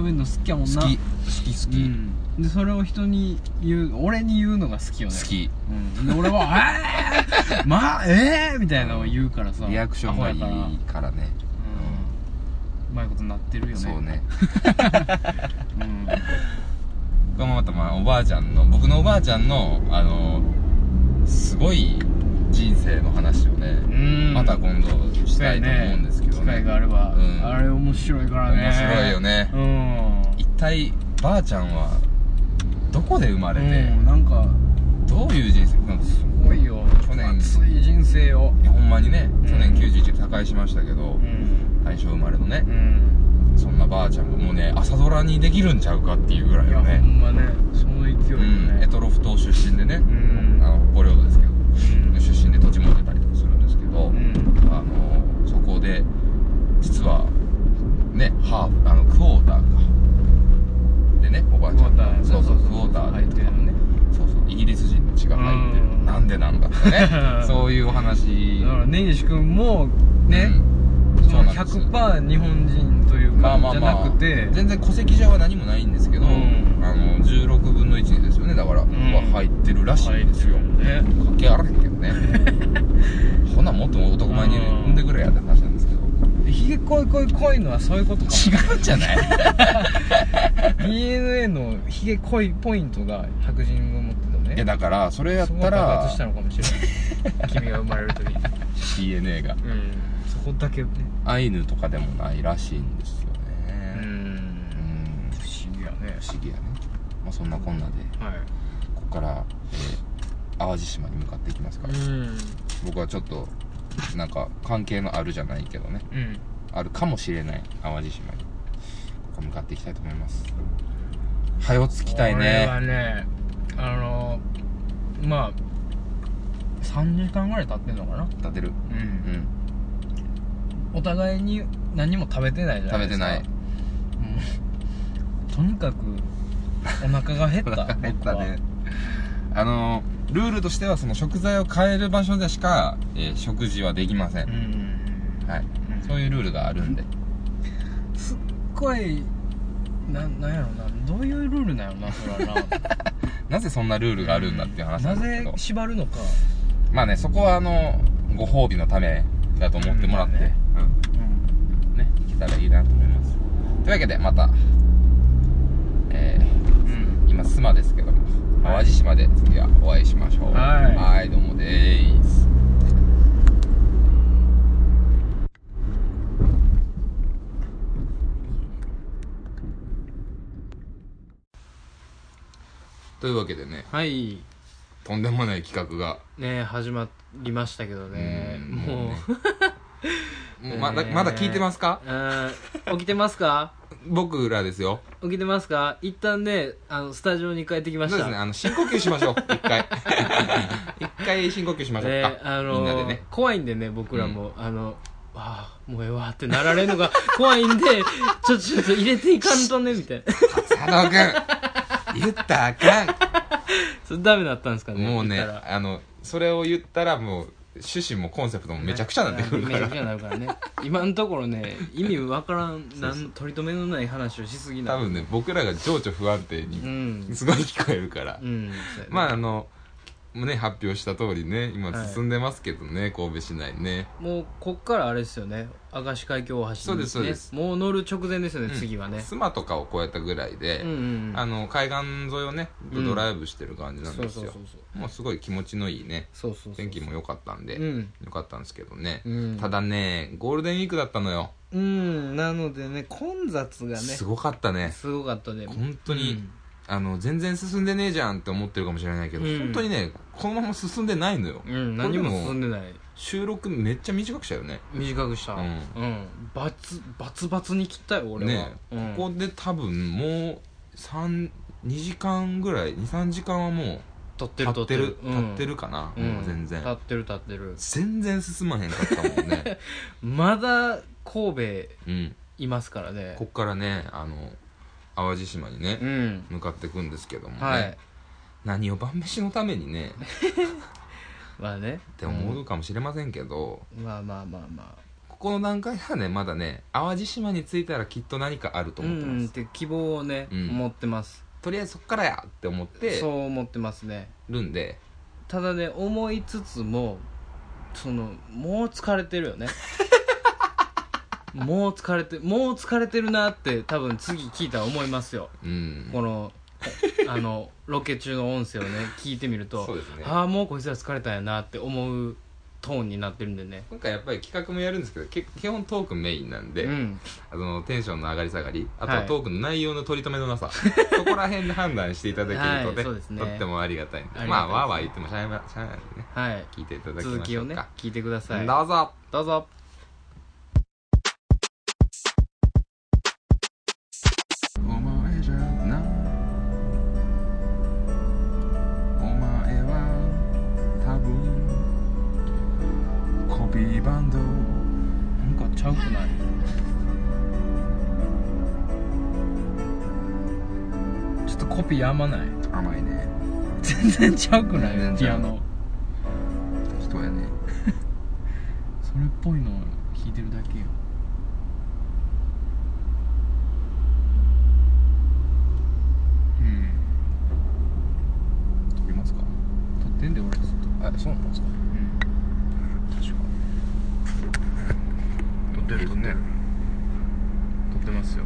Speaker 2: べるの好きやも
Speaker 1: 好
Speaker 2: ん
Speaker 1: き
Speaker 2: な
Speaker 1: 好き好
Speaker 2: う
Speaker 1: き
Speaker 2: んでそれを人に言う俺に言うのが好きよね
Speaker 1: 好き、
Speaker 2: うん、で俺は *laughs* 「えー、まあえー!」みたいなのを言うからさ
Speaker 1: リアクションがい
Speaker 2: アホやから
Speaker 1: いからね
Speaker 2: うんうまいことなってるよね
Speaker 1: そうね
Speaker 2: うん
Speaker 1: これもまたまあおばあちゃんの僕のおばあちゃんのあのすごい人生の話をね、
Speaker 2: うん
Speaker 1: また今度したいと思うんですけど
Speaker 2: そうや
Speaker 1: ね
Speaker 2: 機会があれば、
Speaker 1: うん
Speaker 2: あれ面白いからね
Speaker 1: 面白いよね
Speaker 2: う
Speaker 1: 一体ばあちゃんはどこで生まれ
Speaker 2: ん、
Speaker 1: て
Speaker 2: うん、、なんか
Speaker 1: どういう人生なんかす
Speaker 2: すごいよ
Speaker 1: 去年
Speaker 2: 熱い人生を
Speaker 1: いやほんまにね
Speaker 2: うん
Speaker 1: 去年91他界しましたけど、
Speaker 2: うん
Speaker 1: 大正生まれのね
Speaker 2: う、ん
Speaker 1: そんなばあちゃんがもうね朝ドラにできるんちゃうかっていうぐらい
Speaker 2: い
Speaker 1: よ
Speaker 2: や、ほ
Speaker 1: ね
Speaker 2: んまねその勢いよ
Speaker 1: うん
Speaker 2: ね
Speaker 1: エトロフ島出身でね、
Speaker 2: ん
Speaker 1: あの北方領土ですけど
Speaker 2: うん
Speaker 1: 出身で土地持ってたりとかするんですけど、
Speaker 2: うん
Speaker 1: あのそこで実はねハーフあのクォーターかでねおばあちゃん
Speaker 2: クォーター
Speaker 1: そうそう
Speaker 2: そうそう
Speaker 1: クォーターでとかもね
Speaker 2: 入
Speaker 1: そうそうイギリス人の血が入って
Speaker 2: う
Speaker 1: る
Speaker 2: ん
Speaker 1: なんでなんだとかねそういうお話
Speaker 2: だから根岸君もね、
Speaker 1: うん
Speaker 2: そ
Speaker 1: そう
Speaker 2: の
Speaker 1: なんです
Speaker 2: 100%日本人というか、
Speaker 1: まあまあまあ
Speaker 2: じゃなくて
Speaker 1: 全然戸籍上は何もないんですけど、
Speaker 2: うん
Speaker 1: あの16分の1ですよねだから、
Speaker 2: ん
Speaker 1: は入ってるらしいんですよ
Speaker 2: 入ってるね
Speaker 1: 関係あらへんけど
Speaker 2: *laughs*
Speaker 1: ねほなもっと男前に産んでくれやって話なんですけど
Speaker 2: ひげこいこいこいのはそういうことか
Speaker 1: 違うんじゃない
Speaker 2: も DNA のひげこいポイントが白人が持ってたね
Speaker 1: いやだからそれやっ
Speaker 2: そこ
Speaker 1: た
Speaker 2: が爆発
Speaker 1: ら
Speaker 2: したのかもしれない君が生まれる時に
Speaker 1: DNA が
Speaker 2: うんそこだけね
Speaker 1: アイヌとかでもないらしいんですよ
Speaker 2: う
Speaker 1: ねうんん
Speaker 2: 不思議やね
Speaker 1: 不思議やねまあそんなこんなで
Speaker 2: はい
Speaker 1: ここから、えー淡路島に向かっていきますから、
Speaker 2: うん
Speaker 1: 僕はちょっとなんか関係のあるじゃないけどね
Speaker 2: うん
Speaker 1: あるかもしれない淡路島にここ向かっていきたいと思いますはよつきたい
Speaker 2: これは
Speaker 1: ね
Speaker 2: ねあのまあ3時間ぐらい経ってんのかな
Speaker 1: 立てる
Speaker 2: う
Speaker 1: うんん
Speaker 2: お互いに何も食べてないじゃ
Speaker 1: 食
Speaker 2: な
Speaker 1: べ
Speaker 2: い
Speaker 1: て
Speaker 2: ですか
Speaker 1: ない
Speaker 2: うんとにかくお腹が減っ
Speaker 1: *laughs* お
Speaker 2: た
Speaker 1: 腹減ったね
Speaker 2: 僕は
Speaker 1: あのルールとしてはその食材を買える場所でしか、えー食事はできません、
Speaker 2: うん
Speaker 1: はい
Speaker 2: うん
Speaker 1: そういうルールがあるんで、
Speaker 2: すっごいなんなんやろなどういうルールなんやろなそ
Speaker 1: *laughs*
Speaker 2: れは
Speaker 1: なぜそんなルールがあるんだっていう
Speaker 2: な
Speaker 1: 話な
Speaker 2: なん
Speaker 1: ですけ
Speaker 2: ぜ
Speaker 1: ど
Speaker 2: 縛るのか、
Speaker 1: まあねそこはあのご褒美のためだと思ってもらって、
Speaker 2: うん
Speaker 1: うんねいけたらいいなと思いますというわけでまたえー今須磨ですけども
Speaker 2: はい
Speaker 1: 淡路島で次はお会いしましょう
Speaker 2: はい
Speaker 1: いどうもでーすというわけでね
Speaker 2: はい
Speaker 1: とんでもない企画が
Speaker 2: ね始まりましたけどね
Speaker 1: うん
Speaker 2: もう *laughs*
Speaker 1: ねもうまだまだ聞いてますか
Speaker 2: うん起きてますか
Speaker 1: 僕らですよ
Speaker 2: 起きてますか一旦ねあのスタジオに帰ってきま
Speaker 1: そ
Speaker 2: し
Speaker 1: うで
Speaker 2: た
Speaker 1: すねあの深呼吸しま
Speaker 2: *laughs*
Speaker 1: しょう一回一回深呼吸しましょう
Speaker 2: ね
Speaker 1: か、
Speaker 2: あ
Speaker 1: みん
Speaker 2: の
Speaker 1: なでね
Speaker 2: 怖いんでね僕らも、あのああもうええわってなられるのが *laughs* 怖いんでちょっとちょっと入れていかんとねみたいな *laughs*
Speaker 1: 佐野君言ったらあかん
Speaker 2: それダメだったんですかね
Speaker 1: もうね
Speaker 2: 言ったら
Speaker 1: あのそれを言ったらもう趣旨もコンセプトもめちゃくちゃなってくるか
Speaker 2: めちゃ
Speaker 1: ら
Speaker 2: くちゃになるからね今のところね意味わからん
Speaker 1: そう
Speaker 2: なん取り留めのない話をしすぎな
Speaker 1: 多分ね僕らが情緒不安定
Speaker 2: う
Speaker 1: に
Speaker 2: ん
Speaker 1: すごい聞こえるから、
Speaker 2: うんそうやね
Speaker 1: まああのね発表した通りね今
Speaker 2: はい
Speaker 1: 進んでますけどね、神戸市内ね
Speaker 2: もうこっからあれですよね明石海峡大橋にね
Speaker 1: そうですそうです
Speaker 2: もう乗る直前ですよね、
Speaker 1: うん
Speaker 2: 次はね
Speaker 1: スマとかを越えたぐらいで、
Speaker 2: うんうん
Speaker 1: あの海岸沿いをね
Speaker 2: うん
Speaker 1: ドライブしてる感じなん
Speaker 2: そう
Speaker 1: です
Speaker 2: そ
Speaker 1: よ、
Speaker 2: うそう
Speaker 1: もうすごい気持ちのいいね
Speaker 2: そうそうそうそう
Speaker 1: 天気も良かったんで、
Speaker 2: うん
Speaker 1: 良かったんですけどね、
Speaker 2: うん
Speaker 1: ただねゴールデンウィークだったのよ、
Speaker 2: うんなのでね混雑がね
Speaker 1: すごかったね
Speaker 2: すごかったね
Speaker 1: 本当に、あの全然進んでねえじゃんって思ってるかもしれないけど、
Speaker 2: うん
Speaker 1: 本当にねこのまま進んでないのよ、
Speaker 2: うん、うん
Speaker 1: これ
Speaker 2: 何
Speaker 1: で
Speaker 2: も進んでない
Speaker 1: 収録めっちゃ短くしたよね
Speaker 2: 短くした
Speaker 1: うん
Speaker 2: バツバツバツに切ったよ俺は
Speaker 1: ねえ、
Speaker 2: うん
Speaker 1: ここで多分もう32時間ぐらい23時間はも
Speaker 2: 撮って
Speaker 1: う
Speaker 2: る
Speaker 1: 立
Speaker 2: 撮
Speaker 1: ってる立
Speaker 2: うん
Speaker 1: ってるかな、
Speaker 2: うん
Speaker 1: もう全然
Speaker 2: 立ってる立ってる
Speaker 1: 全然進まへんかったもん
Speaker 2: *laughs*
Speaker 1: ね、
Speaker 2: まだ神戸
Speaker 1: うん、
Speaker 2: いますからね
Speaker 1: こっからねあの淡路島にね
Speaker 2: う、ん
Speaker 1: 向かっていくんですけどもね、
Speaker 2: はい
Speaker 1: 何を晩飯のためにね
Speaker 2: まあね
Speaker 1: って思うかもしれませんけど、
Speaker 2: うんまあまあまあま
Speaker 1: ここの段階ではねまだね淡路島に着いたらきっと何かある
Speaker 2: あ
Speaker 1: と思ってます、
Speaker 2: うんって希望をね
Speaker 1: うん
Speaker 2: 持ってます
Speaker 1: とりあえずそっからやって思って
Speaker 2: そう思ってますね
Speaker 1: るんで
Speaker 2: ただね思いつつもそのもう疲れてる
Speaker 1: *laughs*
Speaker 2: よねもう疲れてもう疲れてるなって多分次聞いたら思いますよ
Speaker 1: うん
Speaker 2: このあのロケ中の音声をね聞いてみると、
Speaker 1: そうですね
Speaker 2: ああもうこいつら疲れたんやなって思うトーンになってるんでね
Speaker 1: 今回やっぱり企画もやるんですけどけ基本トークメインなんで、
Speaker 2: うん
Speaker 1: あのテンションの上がり下がりあと
Speaker 2: は
Speaker 1: はいトークの内容の取り留めの *laughs* なさ、そこら辺で判断していただけるとね,、
Speaker 2: はいそうですね
Speaker 1: とってもありがたいんで
Speaker 2: ありが
Speaker 1: まあ
Speaker 2: たいです
Speaker 1: わーわー言ってもしゃあないしゃあないんでね
Speaker 2: はい
Speaker 1: 聞いていただきましょう
Speaker 2: 続
Speaker 1: か
Speaker 2: きをね聞いてください
Speaker 1: どうぞ
Speaker 2: どうぞ
Speaker 1: お前じゃないお前は多分コピーバンド
Speaker 2: なんかちゃうくないちょっとコピーあんまない
Speaker 1: 甘いね
Speaker 2: 全然ちゃうく
Speaker 1: ないピアノ人やね
Speaker 2: それっぽいの弾いてるだけようん
Speaker 1: 撮りますか
Speaker 2: 撮ってんで俺ずっと
Speaker 1: あそうなんですか確か
Speaker 2: 撮ってる撮ってる撮ってますよ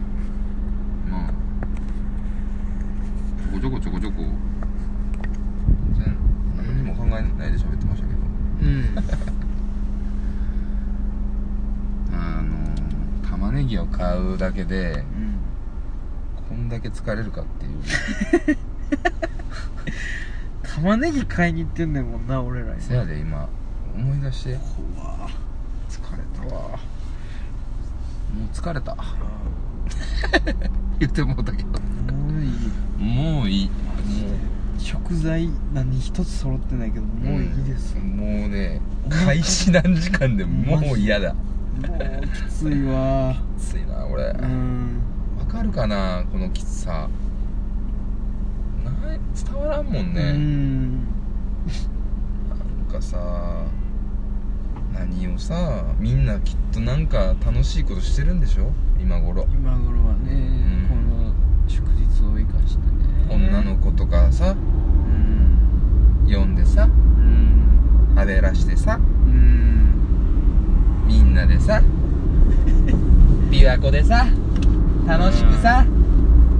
Speaker 1: まあちょこちょこちょこちょこ
Speaker 2: 全然
Speaker 1: 何にも考えないで喋ってましたけど
Speaker 2: うん
Speaker 1: あの玉ねぎを買うだけでこんだけ疲れるかっていう
Speaker 2: 玉ねぎ買いに行ってんねんもんな俺ら
Speaker 1: せやで今思い出して疲れたわもう疲れた *laughs* 言ってもうたけど
Speaker 3: もういい
Speaker 1: もういい
Speaker 3: 食材何一つ揃ってないけどもういいです、
Speaker 1: もうね開始何時間でもう嫌だ
Speaker 3: もうきついわ
Speaker 1: きついな俺わ
Speaker 3: うん
Speaker 1: かるかなこのきつさない伝わらんもん
Speaker 3: う
Speaker 1: ね
Speaker 3: ん
Speaker 1: なんかさ何をさみんなきっとなんか楽しいことしてるんでしょ今頃
Speaker 3: 今頃はね、
Speaker 1: うん
Speaker 3: この祝日を生かしてね
Speaker 1: 女の子とかさ
Speaker 3: うん
Speaker 1: 呼んでさ
Speaker 3: うん
Speaker 1: はべらしてさ
Speaker 3: うん
Speaker 1: みんなで *laughs* さ琵琶湖でさ楽しくさ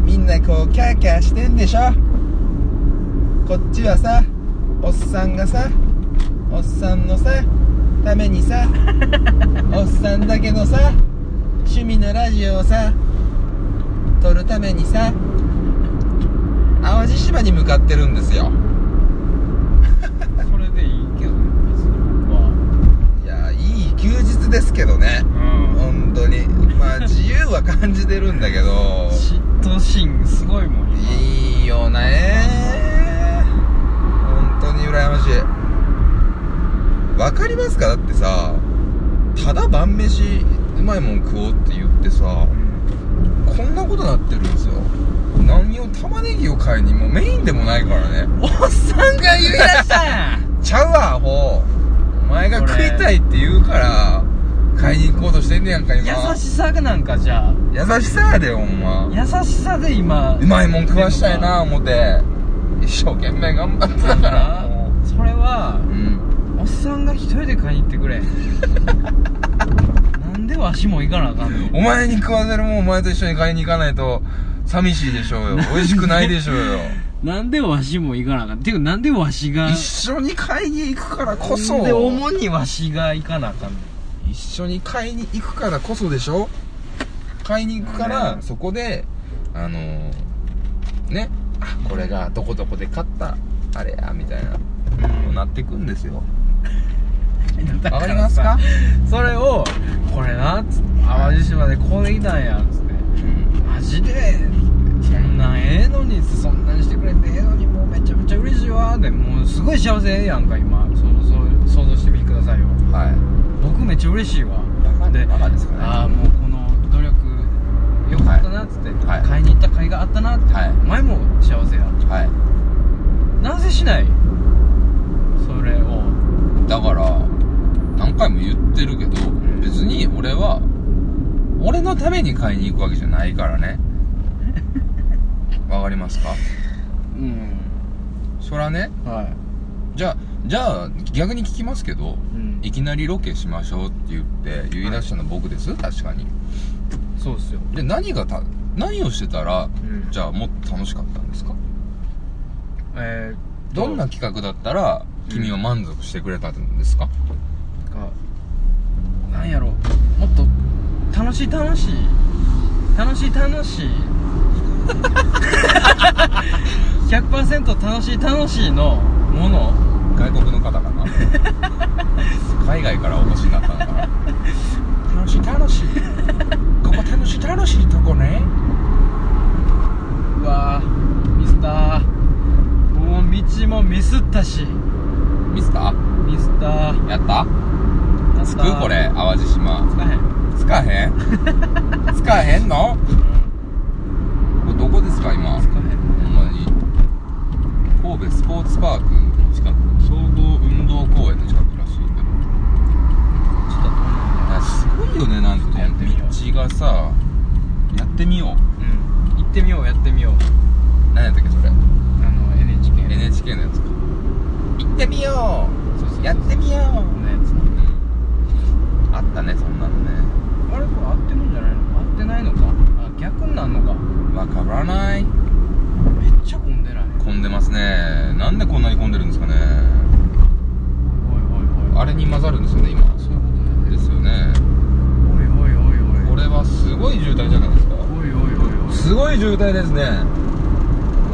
Speaker 1: みんなこうキャーキャーしてんでしょこっちはさおっさんがさおっさんのさために *laughs* さおっさんだけのさ趣味のラジオをさ撮るためにさ淡路島に向かってるんですよ
Speaker 2: それでいいけどね別にま
Speaker 1: いやいい休日ですけどね
Speaker 2: あ
Speaker 1: 本当にま
Speaker 3: *laughs*
Speaker 1: あ自由は感じてるんだけど
Speaker 2: 嫉妬心すごいもん
Speaker 1: いいよね本当に羨ましいわかりますかだってさただ晩飯うまいもん食おうって言ってさこんなことなってるんですよ何を玉ねぎを買いにもうメインでもないからね *laughs*
Speaker 2: おっさんが言い出したんや
Speaker 1: ちゃうわアホ前が食いたいって言うから買いに行こうとしてんねやんか今
Speaker 3: 優しさなんかじゃあ
Speaker 1: 優しさやでほんま
Speaker 3: 優しさで今
Speaker 1: うまいもん食わしたいな思って一生懸命頑張ってたから *laughs* も
Speaker 3: それは
Speaker 1: ううん
Speaker 3: おっさんが一人で買いに行ってくれ *laughs* なんでわしも行かなあかんの
Speaker 1: お前に食わせるもんお前と一緒に買いに行かないと寂しいでしょう *laughs* よ美味しくないでしょ *laughs* うよ
Speaker 3: なんでわしも行かなあかんていうかなんでわしが
Speaker 1: 一緒に買いに行くからこそ
Speaker 3: で主にわしが行かなあかんの
Speaker 1: 一緒に買いに行くからこそでしょ買いに行くから
Speaker 3: ね
Speaker 1: そこであのーねあこれがどこどこで買ったあれやみたいななってくんですよ
Speaker 3: だ
Speaker 1: わか
Speaker 3: ら
Speaker 1: りますか
Speaker 3: さ、それをこれなっつって淡路島でこうできたんやっつって
Speaker 1: うん
Speaker 3: マジでそんなんええのにそんなんしてくれてええのにもうめちゃめちゃ嬉しいわでもうすごい幸せやんか今そうそう想像してみてくださいよ
Speaker 1: はい
Speaker 3: 僕めっちゃ嬉しいわ
Speaker 1: バカ
Speaker 3: で
Speaker 1: バカですかね
Speaker 3: ああもうこの努力よかったなっつって、
Speaker 1: はい
Speaker 3: 買いに行った甲斐があったなって、
Speaker 1: はい
Speaker 3: 前も幸せや
Speaker 1: はい
Speaker 3: なぜしないそれを
Speaker 1: だから何回も言ってるけど
Speaker 3: ん
Speaker 1: 別に俺は俺のために買いに行くわけじゃないから *laughs* ねわかりますか
Speaker 3: うん
Speaker 1: そらね
Speaker 3: はい
Speaker 1: じゃあじゃあ逆に聞きますけど
Speaker 3: うん
Speaker 1: いきなりロケしましょうって言って言い出したの僕です確かに
Speaker 3: そうっすよ
Speaker 1: で何がた何をしてたら
Speaker 3: うん
Speaker 1: じゃあもっと楽しかったんですか
Speaker 3: えー
Speaker 1: どんな企画だったら君は満足してくれたんですか、
Speaker 3: かなんやろもっと楽しい楽しい楽しい楽 *laughs* しい100%楽しい楽しいのもの
Speaker 1: 外国の方か
Speaker 3: *laughs*
Speaker 1: な海外からお越しになったのかな楽しい楽しいここ楽しい楽しいとこね
Speaker 3: うわーミスターもう道もミスったし
Speaker 1: ミスタ
Speaker 3: ミスター
Speaker 1: ーやった
Speaker 3: やった
Speaker 1: つくこれ淡路島
Speaker 3: つかへん
Speaker 1: つかへん
Speaker 3: *laughs*
Speaker 1: つかへんのこれどこですか今
Speaker 3: つかへん
Speaker 1: ほんまに神戸スポーツパークの近く総合運動公園の近くらしいけど
Speaker 3: ちょっと遠いんだよ
Speaker 1: あすごいよねなんか
Speaker 3: やってみよう
Speaker 1: 道がさやってみよう
Speaker 3: うん行ってみようやってみよう
Speaker 1: 何やったっけそれ
Speaker 3: あの NHK の
Speaker 1: NHK のやつか行ってみよ
Speaker 3: そうそうそう
Speaker 1: やってみよ
Speaker 3: このやつ
Speaker 1: う、あったねそんなのね
Speaker 3: あれこれ合ってるんじゃないの合ってないのかあ逆になんのか
Speaker 1: わからない
Speaker 3: めっちゃ混んでない
Speaker 1: 混んでますねなんでこんなに混んでるんですかね
Speaker 3: おいおいおい
Speaker 1: あれに混ざるんですよね今
Speaker 3: そういうこと
Speaker 1: で
Speaker 3: です
Speaker 1: すよね
Speaker 3: おいおいおいおい
Speaker 1: これはすごい渋滞じゃないですか
Speaker 3: おいおいおいおい
Speaker 1: すごい渋滞ですね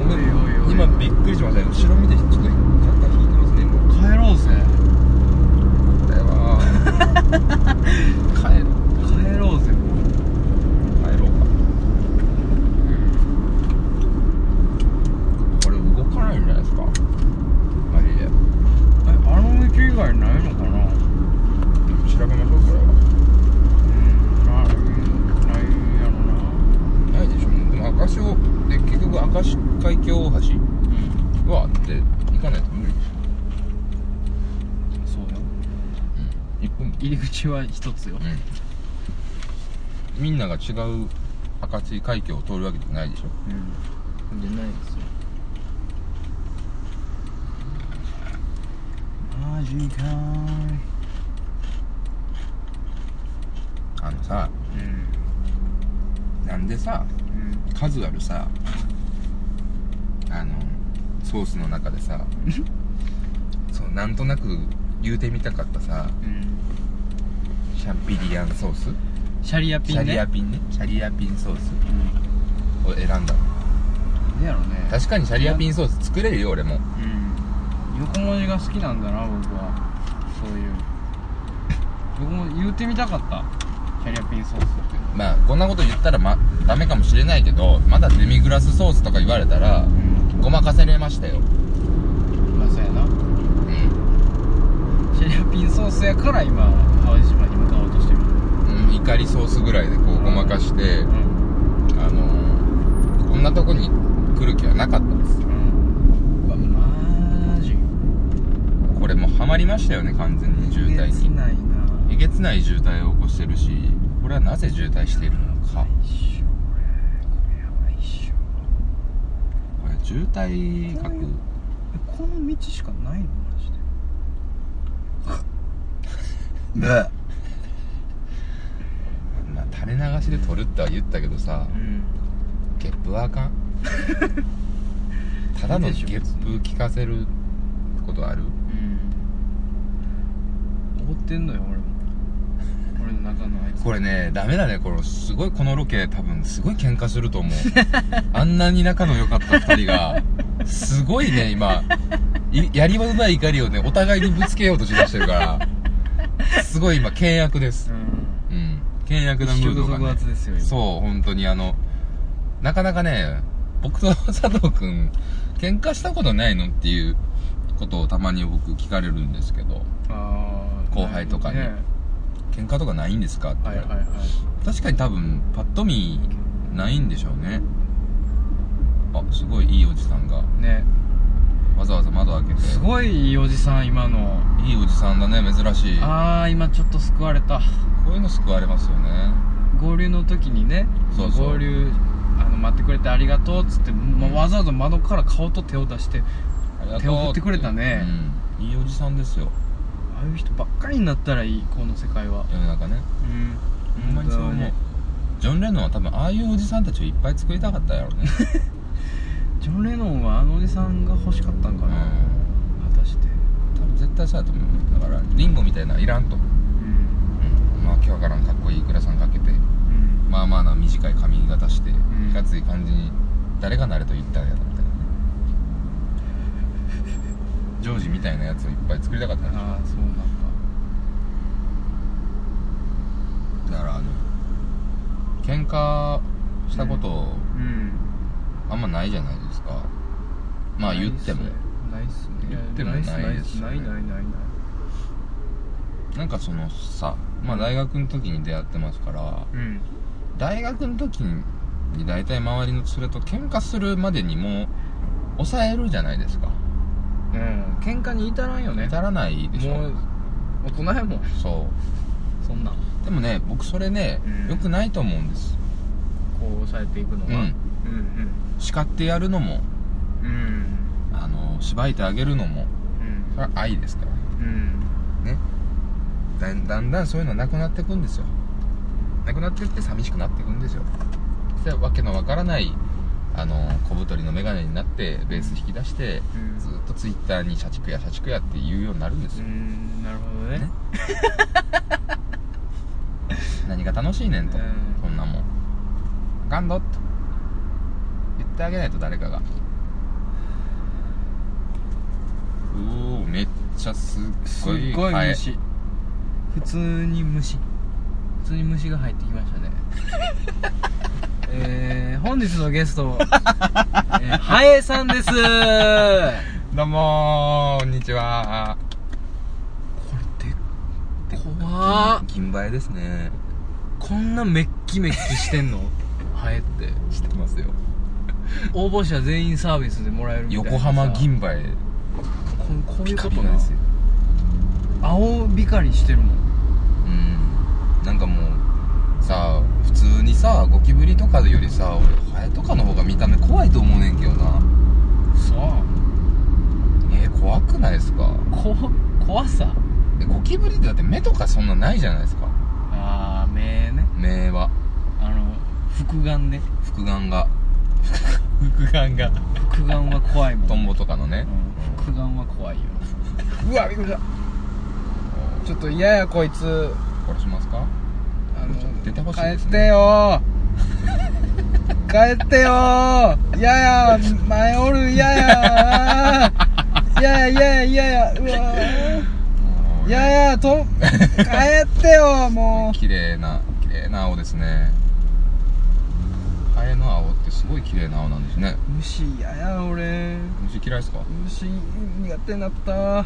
Speaker 3: おいおいおい
Speaker 1: 今びっくりしましたよ後ろ見てちょっと若干引いてますね今
Speaker 3: 帰ろうぜ
Speaker 1: これは *laughs* 帰る
Speaker 3: 帰ろうぜもう
Speaker 1: 帰ろうかこれ動かないんじゃないですかマジで
Speaker 3: えあの道以外ないのかな
Speaker 1: 調べましょうこれは
Speaker 3: うんなないやろな
Speaker 1: ないでしょうねでも赤潮で結局赤石海峡大橋はあって行かないと無理でしょ
Speaker 3: そうよ
Speaker 1: うん1分
Speaker 3: 入り口は一つよ
Speaker 1: うんみんなが違う赤石海峡を通るわけじゃないでしょ
Speaker 3: うんじゃないですよマジかーい
Speaker 1: あのさ
Speaker 3: うん
Speaker 1: なんでさ
Speaker 3: うん
Speaker 1: 数あるさあのソースの中でさそうなんとなく言うてみたかったさ
Speaker 3: うん
Speaker 1: シャンピリアンソース
Speaker 3: シャリアピ
Speaker 1: シ
Speaker 3: ン
Speaker 1: ャ
Speaker 3: ね
Speaker 1: リアピンねシャリアピンソース
Speaker 3: うん
Speaker 1: を選んだ
Speaker 3: なんでやろね
Speaker 1: 確かにシャリアピンソース作れるよ俺も
Speaker 3: うん横文字が好きなんだな僕はそういう僕も言うてみたかったキャリアピンソースっていうの
Speaker 1: まあこんなこと言ったら、ま、ダメかもしれないけどまだデミグラスソースとか言われたらごまかせれましたよ
Speaker 3: うんまあそうやな
Speaker 1: うん、
Speaker 3: シャリアピンソースやから今淡路島に向かおうとしてる
Speaker 1: うん、怒りソースぐらいでこうごまかして、
Speaker 3: うん
Speaker 1: あのーこんなとこに来る気はなかったです
Speaker 3: うんうわマジ
Speaker 1: これもうハマまりましたよね完全に渋滞
Speaker 3: えげつ
Speaker 1: に
Speaker 3: ないな
Speaker 1: えげつない渋滞を起こしてるしこれはなぜ渋滞しているのか
Speaker 3: 一緒これこれやばいっし
Speaker 1: これ渋滞
Speaker 3: こう
Speaker 1: *laughs* 学
Speaker 3: いうょこの道しかないのマジで
Speaker 1: まあ垂れ流しで撮るっては言ったけどさ
Speaker 3: うん
Speaker 1: ゲップはあかんただのゲップ聞かせることある
Speaker 3: 怒ってんのよ俺も俺の中のあいつ
Speaker 1: これねダメだねこれすごいこのロケ多分すごい喧嘩すると思う *laughs* あんなに仲の良かった2人がすごいね今いやり場のない怒りをねお互いにぶつけようとしだしてるからすごい今険悪です
Speaker 3: ん
Speaker 1: うん険悪なム
Speaker 3: 一
Speaker 1: ー
Speaker 3: 触
Speaker 1: ドが、
Speaker 3: 即
Speaker 1: ね、
Speaker 3: 発ですよ今
Speaker 1: そう本当にあのなかなかね僕と佐藤君喧嘩したことないのっていうことをたまに僕聞かれるんですけど
Speaker 3: あー
Speaker 1: 後輩とかに
Speaker 3: なる
Speaker 1: 喧嘩とかないんですかって
Speaker 3: ほど
Speaker 1: 言わ
Speaker 3: ね
Speaker 1: れ
Speaker 3: はい
Speaker 1: て、
Speaker 3: はいはい
Speaker 1: 確かに多分パッと見ないんでしょうねあすごいいいおじさんが
Speaker 3: ね
Speaker 1: わざわざ窓開けて
Speaker 3: すごいいいおじさん今の
Speaker 1: いいおじさんだね珍しいこ
Speaker 3: ああ今ちょっと救われた
Speaker 1: ういうの救われますよね
Speaker 3: 合流の時にね
Speaker 1: そうそう
Speaker 3: 合流あの待ってくれてありがとうっつって、まわざわざ窓から顔と手を出して
Speaker 1: ありがとう
Speaker 3: 手を振ってくれたね
Speaker 1: うん、いいおじさんですよ
Speaker 3: ああいう人ばっかりになったらいいこの世界は
Speaker 1: 世の中ね
Speaker 3: う
Speaker 1: ほ
Speaker 3: ん
Speaker 1: んまにそう思う、
Speaker 3: 本当だね
Speaker 1: ジョン・レノンは多分ああいうおじさんたちをいっぱい作りたかったやろうね
Speaker 3: ジョン・レノンはあのおじさんが欲しかったん
Speaker 1: う
Speaker 3: かな、
Speaker 1: ん
Speaker 3: 果たして
Speaker 1: 多分絶対そうやと思うだからリンゴみたいなのいらんと、う
Speaker 3: うん
Speaker 1: ん、まあ今日からんかっこいいグラサンかけて
Speaker 3: うん
Speaker 1: まあまあな短い髪型して、
Speaker 3: ん
Speaker 1: いかつい感じに誰がなれと言ったんやろみたいなねジョージみたいなやつをいっぱい作りたかったんでし
Speaker 3: ああそうなんだ
Speaker 1: ょだからあの喧嘩したこと
Speaker 3: うん
Speaker 1: あんまないじゃないですかまあ言っても
Speaker 3: ないっすね
Speaker 1: 言っても
Speaker 3: ないっすね
Speaker 1: ないですよ
Speaker 3: な
Speaker 1: ね
Speaker 3: いないないない
Speaker 1: なんかそのさまあ大学の時に出会ってますから
Speaker 3: うん
Speaker 1: 大学の時に大体周りの連れと喧嘩するまでにもう抑えるじゃないですか
Speaker 3: うん喧嘩に至らんよね
Speaker 1: 至らないでし
Speaker 3: も
Speaker 1: ょ
Speaker 3: う大人やもん
Speaker 1: そう
Speaker 3: そんなんこ
Speaker 1: でもね僕それね
Speaker 3: うん
Speaker 1: 良くないと思うんです
Speaker 3: う抑えていくの
Speaker 1: う
Speaker 3: は、
Speaker 1: ん
Speaker 3: うん
Speaker 1: 叱ってやるのも
Speaker 3: うんうん
Speaker 1: あのしばいてあげるのもそれは愛ですから
Speaker 3: うんうん
Speaker 1: だんだんだんそういうのはなくなっていくんですよなくなっていって寂しくなっていくんですよでわけのわからないあの小太りの眼鏡になってベース引き出して、
Speaker 3: うん
Speaker 1: ずっとツイッターに社畜や社畜やって言うようになるんです
Speaker 3: う
Speaker 1: よ、
Speaker 2: 嗯
Speaker 3: んなるほどね
Speaker 1: ね何が楽しいねんと、
Speaker 3: うん
Speaker 1: そんなもんあかんどと言ってあげないと誰かがうおーめっちゃすっ
Speaker 3: す
Speaker 1: ご
Speaker 3: っ
Speaker 1: い
Speaker 3: ごい
Speaker 1: ハエ
Speaker 3: 虫、普通に虫普通に虫が入ってきま *laughs* したねえー、本日のゲス *laughs* ト、えー、ハエさんですこ
Speaker 1: どうもーこんにちは
Speaker 3: れで怖っ
Speaker 1: 銀映えですね
Speaker 3: こんなメッキメッキしてんのハエって
Speaker 1: 知ってますよ
Speaker 3: 応募者全員サービスでもらえるみたいなさ
Speaker 1: 横浜銀映え
Speaker 3: ここうい
Speaker 1: ピ
Speaker 3: う
Speaker 1: カ
Speaker 3: こ
Speaker 1: ピ
Speaker 3: と
Speaker 1: カ
Speaker 3: な
Speaker 1: ですよ
Speaker 3: 青光りしてるもん
Speaker 1: うんなんかもうさ普通にさゴキブリとかよりさ俺ハエとかの方が見た目怖いと思うねんけどな
Speaker 3: そう
Speaker 1: えー怖くないですか
Speaker 3: こ怖さ
Speaker 1: えゴキブリってだって目とかそんなないじゃないですか
Speaker 3: ああ目ね
Speaker 1: 目は
Speaker 3: あの複眼ね
Speaker 1: 複眼が複眼が
Speaker 3: 複眼は怖いもん
Speaker 1: トンボとかのね
Speaker 3: うん複眼は怖いよ
Speaker 1: うわびっくりした
Speaker 3: ちょっと嫌やこいつ
Speaker 1: 殺しますか
Speaker 3: あ
Speaker 1: ちょっと出てほしいですね
Speaker 3: よ帰ってよ嫌や前おる嫌や嫌や嫌や嫌やうわ
Speaker 1: もうね
Speaker 3: やと帰ってよ
Speaker 1: 綺麗な綺麗な青ですねハエの青ってすごい綺麗な青なんですね
Speaker 3: 虫嫌や俺
Speaker 1: 虫嫌いですか
Speaker 3: 虫苦手になった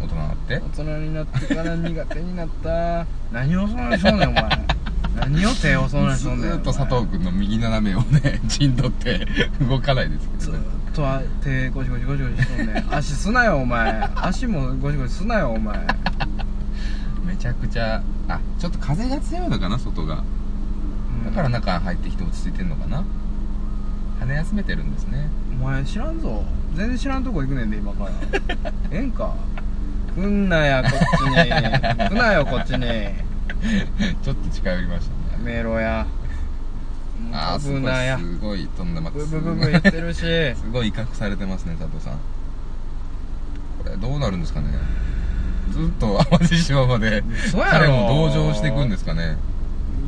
Speaker 1: 大人になって
Speaker 3: 大人になってから苦手になった何をそんなにしょんねんお前何を手をそんなにし
Speaker 1: ず
Speaker 3: ょんねん
Speaker 1: ーっと
Speaker 3: お
Speaker 1: *laughs*
Speaker 3: 前
Speaker 1: 佐藤君の右斜めをね陣取って動かないですけ
Speaker 3: ず
Speaker 1: ど
Speaker 3: ーっ
Speaker 1: ね
Speaker 3: とは手ゴシゴシゴシゴシしとんねん足すなよお前足もゴシゴシすなよお前
Speaker 1: めちゃくちゃあちょっと風が強いのかな外がだから
Speaker 3: な
Speaker 1: 中入ってきて落ち着いてんのかな羽休めてるんですね
Speaker 3: お前知らんぞ全然知らんとこ行くねんで今からええんか来んなやこっちに来なよこっちに
Speaker 1: ちょっと近寄りましたね
Speaker 3: メロや
Speaker 1: ああす
Speaker 3: 危
Speaker 1: ごい
Speaker 3: なや
Speaker 1: すごい飛んでます
Speaker 3: ブブブブ言って
Speaker 1: *laughs*
Speaker 3: るし
Speaker 1: すごい威嚇されてますね佐藤さんこれどうなるんですかねずっと淡路島まで
Speaker 3: そうやろ
Speaker 1: 彼も同情していくんですかね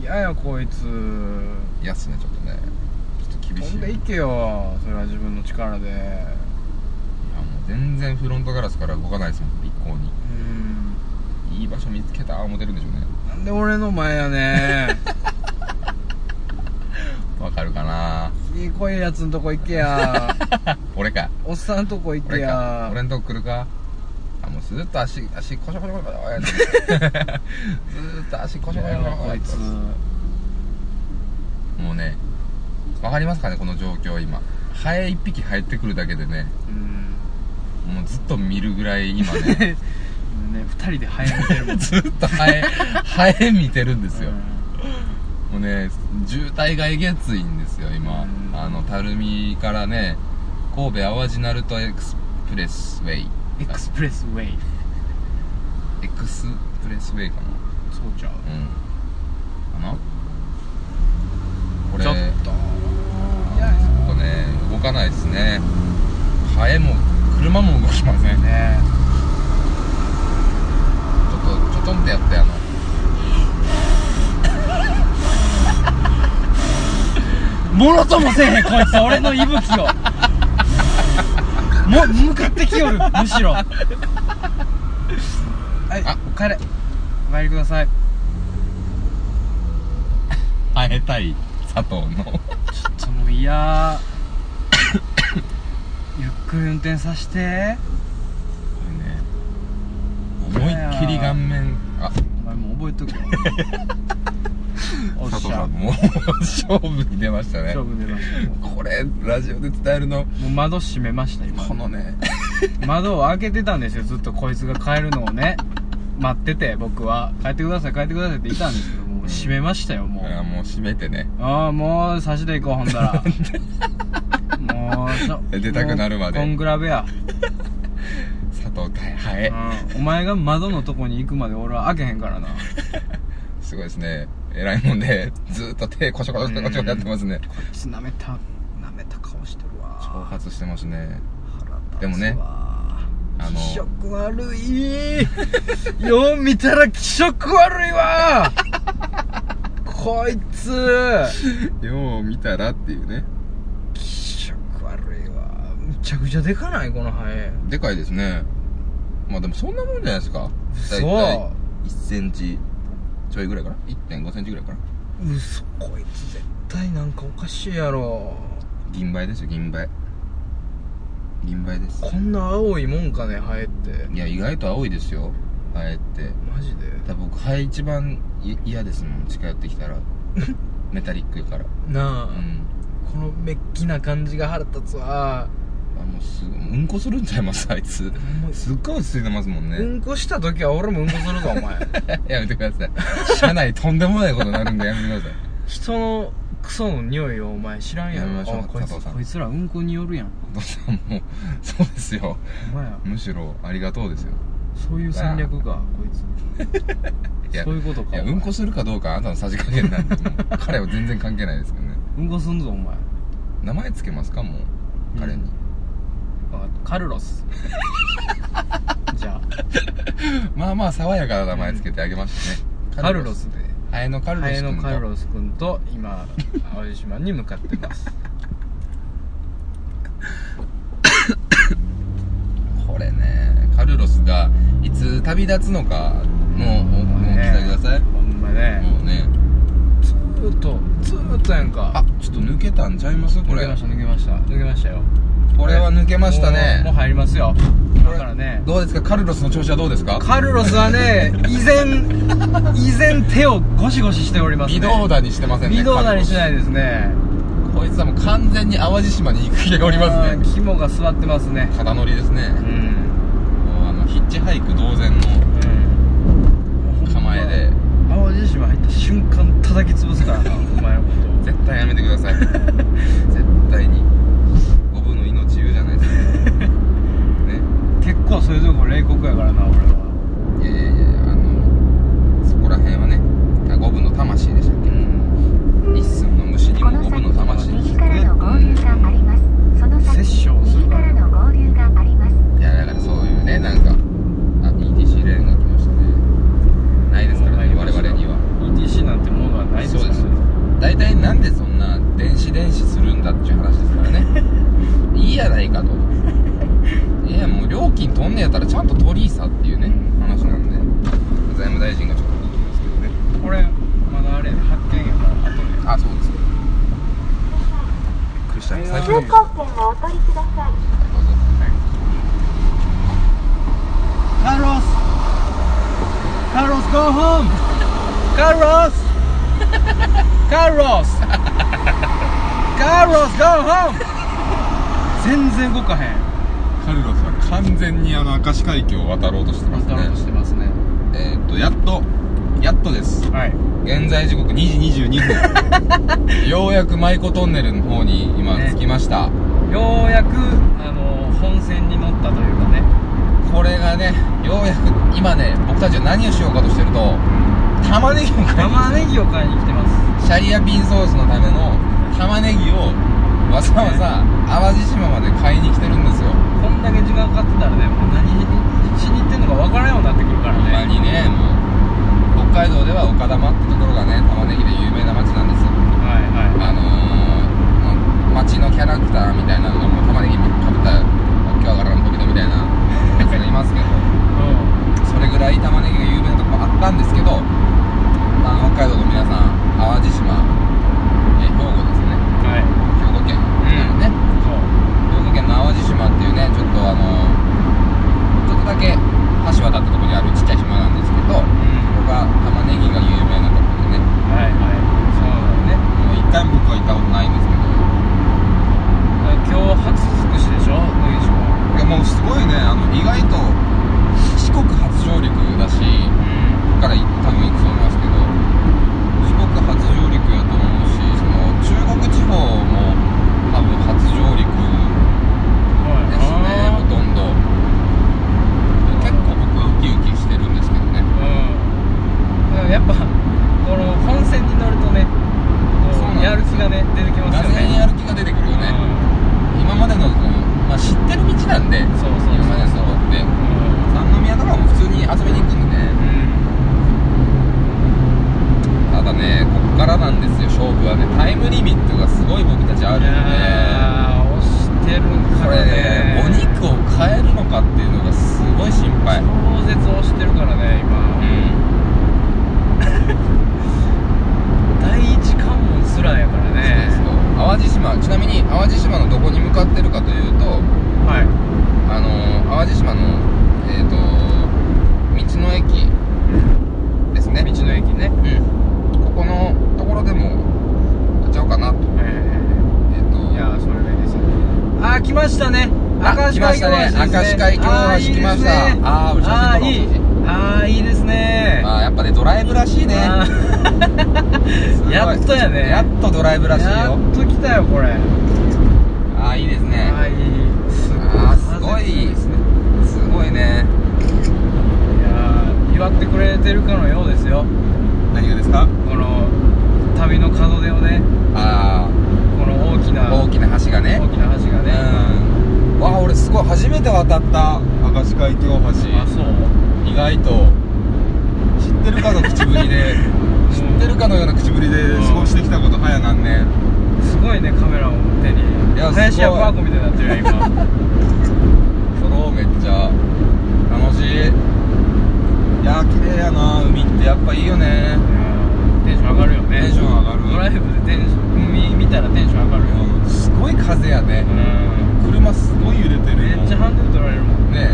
Speaker 3: 嫌やこいつ
Speaker 1: いやっすねちょっとねちょっと厳し
Speaker 3: 飛
Speaker 1: い
Speaker 3: んでいけよそれは自分の力で
Speaker 1: いやもう全然フロントガラスから動かないですもん一向に
Speaker 3: うん
Speaker 1: いい場所見つけた思ってるんでしょうね
Speaker 3: なんで俺の前やね
Speaker 1: わかるかない *laughs*
Speaker 3: いこいやつんとこ行けや
Speaker 1: 俺か
Speaker 3: おっさんとこ行け
Speaker 1: 俺か
Speaker 3: や
Speaker 1: 俺んとこ来るかあもうずーっと足足コショコショコショコショやって *laughs* ずーっと足コショコショコショコショ
Speaker 3: こいつ
Speaker 1: もうねわかりますかねこの状況今ハエ一匹入ってくるだけでね
Speaker 3: うん
Speaker 1: もうずっと見るぐらい今ね
Speaker 3: ね二人で早めてるも
Speaker 1: *laughs*
Speaker 3: ん
Speaker 1: ずっとハエ *laughs* ハエ見てるんですよ、もうね渋滞がえげついんですよ今、
Speaker 3: うん
Speaker 1: あの垂水からね神戸淡路鳴門エクスプレスウェイ
Speaker 3: エクスプレスウェイ
Speaker 1: エクスプレスウェイかな
Speaker 3: そうちゃう
Speaker 1: うんかなこれ
Speaker 3: ちょっといや
Speaker 1: ちょっとね動かないですねハエも車も動きませんちょっ
Speaker 3: ね
Speaker 1: とちょとんってやってあの
Speaker 4: もろともせえへんこいつ俺の息吹をも向かってきよるむしろ
Speaker 3: はい
Speaker 1: あ
Speaker 3: お帰れお帰りください
Speaker 1: ハエ対佐藤の
Speaker 3: ちょっともういやゆっくり運転させて
Speaker 1: 思いっきり顔面あ
Speaker 3: お前もう覚えとけ
Speaker 1: *laughs*
Speaker 3: よおっ
Speaker 1: 佐藤
Speaker 3: し
Speaker 1: さ
Speaker 3: ゃ
Speaker 1: んもう勝負に出ましたね
Speaker 3: 勝負出ましたよ
Speaker 1: これラジオで伝えるの
Speaker 3: もう窓閉めました今
Speaker 1: このね
Speaker 3: 窓を開けてたんですよずっとこいつが帰るのをね待ってて僕は帰ってください帰ってくださいって言ったんですけどもう閉めましたよもう、
Speaker 1: あもう閉めてね
Speaker 3: ああもう差しで行こうほんだらもうしょ
Speaker 1: 出たくなるまで
Speaker 3: もうコングラベや、
Speaker 1: 佐藤対ハエ
Speaker 3: うん、お前が窓のとこに行くまで俺は開けへんからな
Speaker 1: すごいですね偉いもんでずーっと手コショコショコショやってますね
Speaker 3: こいつ舐めた舐めた顔してるわ
Speaker 1: 挑発してますね
Speaker 3: 腹立つわ
Speaker 1: でもねあの
Speaker 3: 気色悪い
Speaker 1: *laughs*
Speaker 3: よう見たら気色悪いわこいつ
Speaker 1: よう見たらっていうね
Speaker 3: 気色悪いわむちゃくちゃでかないこのハエ
Speaker 1: でかいですねまあでもそんなもんじゃないですか
Speaker 3: 嘘
Speaker 1: 大体1センチちょいぐらいかな1.5センチぐらいかな
Speaker 3: 嘘こいつ絶対なんかおかしいやろ
Speaker 1: 銀杯ですよ銀杯銀杯です
Speaker 3: こんな青いもんかねハエって
Speaker 1: いや意外と青いですよハエって
Speaker 3: マジで
Speaker 1: だから僕ハエ一番い嫌ですもん近寄ってきたら *laughs* メタリックやから
Speaker 3: なあ、
Speaker 1: うん
Speaker 3: このメッキな感じが腹立つ
Speaker 1: あ
Speaker 3: わ
Speaker 1: もうすぐうんこするんちゃいますあいつ
Speaker 3: ほんま
Speaker 1: すっごい落ち着いてますもんね、
Speaker 3: うんこした時は俺もうんこするぞお前 *laughs*
Speaker 1: やめてください車内とんでもないことになるんでやめてください
Speaker 3: 人のクソの匂いをお前知らんやろ
Speaker 1: やめましょう
Speaker 3: あこい
Speaker 1: 佐
Speaker 3: つ
Speaker 1: 藤さん
Speaker 3: こいつらうんこによるやん
Speaker 1: *laughs* お父さんもうそうですよ
Speaker 3: お
Speaker 1: *laughs*
Speaker 3: 前や
Speaker 1: むしろありがとうですよ
Speaker 3: そういう戦略かこい
Speaker 1: い
Speaker 3: つ
Speaker 1: や
Speaker 3: そういうことか
Speaker 1: いや
Speaker 3: お前
Speaker 1: うんこするかどうかあなたのさじ加減なんでもう彼は全然関係ないですけどね
Speaker 3: うんこすんぞお前
Speaker 1: 名前つけますかもう彼に、
Speaker 3: わかったカル
Speaker 1: *laughs*
Speaker 3: ロスじゃ
Speaker 1: まあまあ爽やかな名前つけてあげましたね、
Speaker 3: あカルロスで
Speaker 1: ハエのカルロ
Speaker 3: ハ
Speaker 1: ス
Speaker 3: エ
Speaker 1: 君と
Speaker 3: のカルロス君と今淡路島に向かってます
Speaker 1: これねカルロスがいつ旅立つのかのお *laughs* もう期待ください、
Speaker 3: ほんまね
Speaker 1: もうね
Speaker 3: ずーっとずーっとやんか
Speaker 1: あちょっと抜けたんちゃいますこ
Speaker 3: 抜
Speaker 1: れ
Speaker 3: けました抜けました抜けましたよ
Speaker 1: これは抜けましたね
Speaker 3: もうもう入りますよ今からね
Speaker 1: どうですかカルロスの調子はどうですか
Speaker 3: カルロスは
Speaker 1: *laughs*
Speaker 3: ね依然依然手をゴシゴシしております
Speaker 1: 微
Speaker 3: ね
Speaker 1: 動だにしてませんね
Speaker 3: 微動だにしないいですね
Speaker 1: こいつはもう完全に淡路島に行く気がおります
Speaker 3: あー
Speaker 1: ね
Speaker 3: 肝が座ってますね
Speaker 1: 肩乗りですね
Speaker 3: う、ん、
Speaker 1: もうあのヒッチハイク同然の
Speaker 3: うん、
Speaker 1: 構えで
Speaker 3: 淡路島入った瞬間叩き潰すからなお前のこ
Speaker 1: 絶対やめてくだ
Speaker 5: *laughs*
Speaker 1: さい絶対にゴブの命言うじゃないですか
Speaker 5: *laughs*
Speaker 1: ね
Speaker 3: と結構そういうとこ冷酷やからな俺はい
Speaker 1: やいやいやあのそこら辺はねあゴブの魂でしたっけ
Speaker 2: 嗯
Speaker 3: うん
Speaker 1: 一寸の虫に
Speaker 5: こ
Speaker 1: も
Speaker 5: の
Speaker 1: ゴブ
Speaker 5: 先
Speaker 1: の魂です
Speaker 5: 右からの合流があります。その
Speaker 3: 殺生
Speaker 5: 先
Speaker 3: する
Speaker 5: 右
Speaker 3: か
Speaker 5: かららの合流があります。
Speaker 1: いやだからそういうねなんかあ ETC レーンが来ましたねないですからね我々には
Speaker 3: ETC なんてものはないですからね
Speaker 1: そう大体なんでそんな電子電子するんだっていう話ですからね *laughs* いいやないかといやもう料金取んねやったらちゃんと取りいさっていうね話なんで財務大臣がちょっと言ってますけどね
Speaker 3: これまだあれ発見やから後で
Speaker 1: あそうですねびっくりした最初
Speaker 5: 通行
Speaker 1: に
Speaker 5: 券をお取りください。
Speaker 1: どうぞ
Speaker 6: カルロスカルロス go home
Speaker 3: カルロスカルロスカルロス GO HOME 全然動かへん
Speaker 1: カルロスは完全にあの明石海峡を渡ろうとしてますね
Speaker 3: 渡ろうとしてますね
Speaker 1: えーっとやっとやっとです
Speaker 3: はい
Speaker 1: 現在時刻2時22分 *laughs* ようやく舞子トンネルの方に今
Speaker 3: ね
Speaker 1: 着きました、
Speaker 3: ようやくあの本線に乗ったというかね
Speaker 1: これがねようやく今ね僕たちは何をしようかとしてると玉ねぎを買いに
Speaker 3: 玉ねぎを買いに来てます
Speaker 1: シャリアピンソースのための玉ねぎをわざわざ淡路島まで買いに来てるんですよ
Speaker 3: こんだけ時間かかってたらねもう何しに行ってんのか分からんようになってくるから
Speaker 1: ほんま
Speaker 3: ね
Speaker 1: にねもう北海道では岡玉ってところがね玉ねぎで有名な町なんですよ
Speaker 3: はい
Speaker 1: あのー、街のキャラクターみたいなのがもう玉ねぎかぶった今日上がらん時のみたいなやつがいますけど
Speaker 3: は
Speaker 1: それぐらい玉ねぎが有名なとこあったんですけど、まあ、北海道の皆さん淡路島えー兵庫ですね
Speaker 3: いうんはい
Speaker 1: 兵庫県
Speaker 3: うん
Speaker 1: ね、
Speaker 3: そう
Speaker 1: 兵庫県の淡路島っていうねちょっとあのーちょっとだけ橋渡ったところにあるちっちゃい島なんですけどこ
Speaker 3: う
Speaker 1: こ
Speaker 3: ん
Speaker 1: が玉ねぎが有名なところでね
Speaker 3: はいはいそうだね
Speaker 1: もう一回も僕は行ったことないんですけど
Speaker 3: 今日初尽くしでしょ脱ぎしも
Speaker 1: いやもうすごいねあの意外と四国初上陸だし
Speaker 3: うん
Speaker 1: から多分行くと思いますけど四国初上陸やと思うしその中国地方も多分初上陸
Speaker 3: はい
Speaker 1: ですねほとんど結構僕はウキウキしてるんですけどね
Speaker 3: うんうんやっぱこの本線に乗るとね
Speaker 1: そうなんで
Speaker 3: こう
Speaker 1: す
Speaker 3: やる気がね出てきま
Speaker 1: が
Speaker 3: すよね
Speaker 1: ぜんやる気が出てくるよね今までのこの、まあ、知ってる道なんで
Speaker 3: うんそうそう
Speaker 1: 今までのとこって三宮とかも普通に遊びに行くんでねただねこっからなんですよ勝負はねタイムリミットがすごい僕たちあるん
Speaker 3: い
Speaker 1: で
Speaker 3: やー押してる
Speaker 1: こ
Speaker 3: から
Speaker 1: れね
Speaker 3: ね
Speaker 1: お肉を買えるのかっていうのがすごい心配うん
Speaker 3: 超絶押してるからね今第一関門すらやからね
Speaker 1: そう淡路島ちなみに淡路島のどこに向かってるかというと
Speaker 3: はい
Speaker 1: あのー淡路島のえっ、と道の駅ですね
Speaker 3: 道の駅ね
Speaker 1: うんここのところでも立ちゃおうかなとえっ、と
Speaker 3: いやーそれがいいですよあー来ましたね
Speaker 1: あ
Speaker 3: 明石海
Speaker 1: 来まし
Speaker 3: 峡
Speaker 1: たね
Speaker 3: 橋です
Speaker 1: 明石海峡橋
Speaker 3: あーいいですね
Speaker 1: 来ましたあー
Speaker 3: あ
Speaker 1: 写
Speaker 3: ー
Speaker 1: 真
Speaker 3: いい
Speaker 1: 撮ろう
Speaker 3: あーいいですね
Speaker 1: あーやっぱねドライブらしいね
Speaker 3: あー
Speaker 1: すごい
Speaker 3: *laughs* やっとやね
Speaker 1: やっとドライブらしい
Speaker 3: や
Speaker 1: よ
Speaker 3: っと来たよこれ
Speaker 1: ああいいですね
Speaker 3: あーいいすごい
Speaker 1: あーすごい
Speaker 3: 風強ですね
Speaker 1: すごいね
Speaker 3: いやー祝ってくれてるかのようですよ
Speaker 1: 何がですか
Speaker 3: この旅の門出をね
Speaker 1: あ
Speaker 3: この大き
Speaker 1: あ
Speaker 3: な
Speaker 1: 大きな橋がね
Speaker 3: 大きな橋が
Speaker 1: う
Speaker 3: ね、
Speaker 1: んわあ俺すごい初めて渡った明石海峡
Speaker 3: あそう
Speaker 1: 橋意外と知ってるかの口ぶり
Speaker 3: *laughs*
Speaker 1: で知ってるかのような口ぶりで
Speaker 3: うん
Speaker 1: 過ごしてきたことはやなんね
Speaker 3: すごいねカメラを手に
Speaker 1: いや
Speaker 3: 林家
Speaker 1: すごい
Speaker 3: パークみたいになってるよ
Speaker 1: *laughs*
Speaker 3: 今
Speaker 1: それをめっちゃ楽しいいやー綺麗やな海ってやっぱいいよね
Speaker 3: テンション上がるよね
Speaker 1: テンション上がる
Speaker 3: ドライブでテンション海見たらテンション上がるよ
Speaker 1: すごい風やね
Speaker 3: うん
Speaker 1: 車すごい揺れてる
Speaker 3: めっちゃハンドル取られるもん
Speaker 1: ね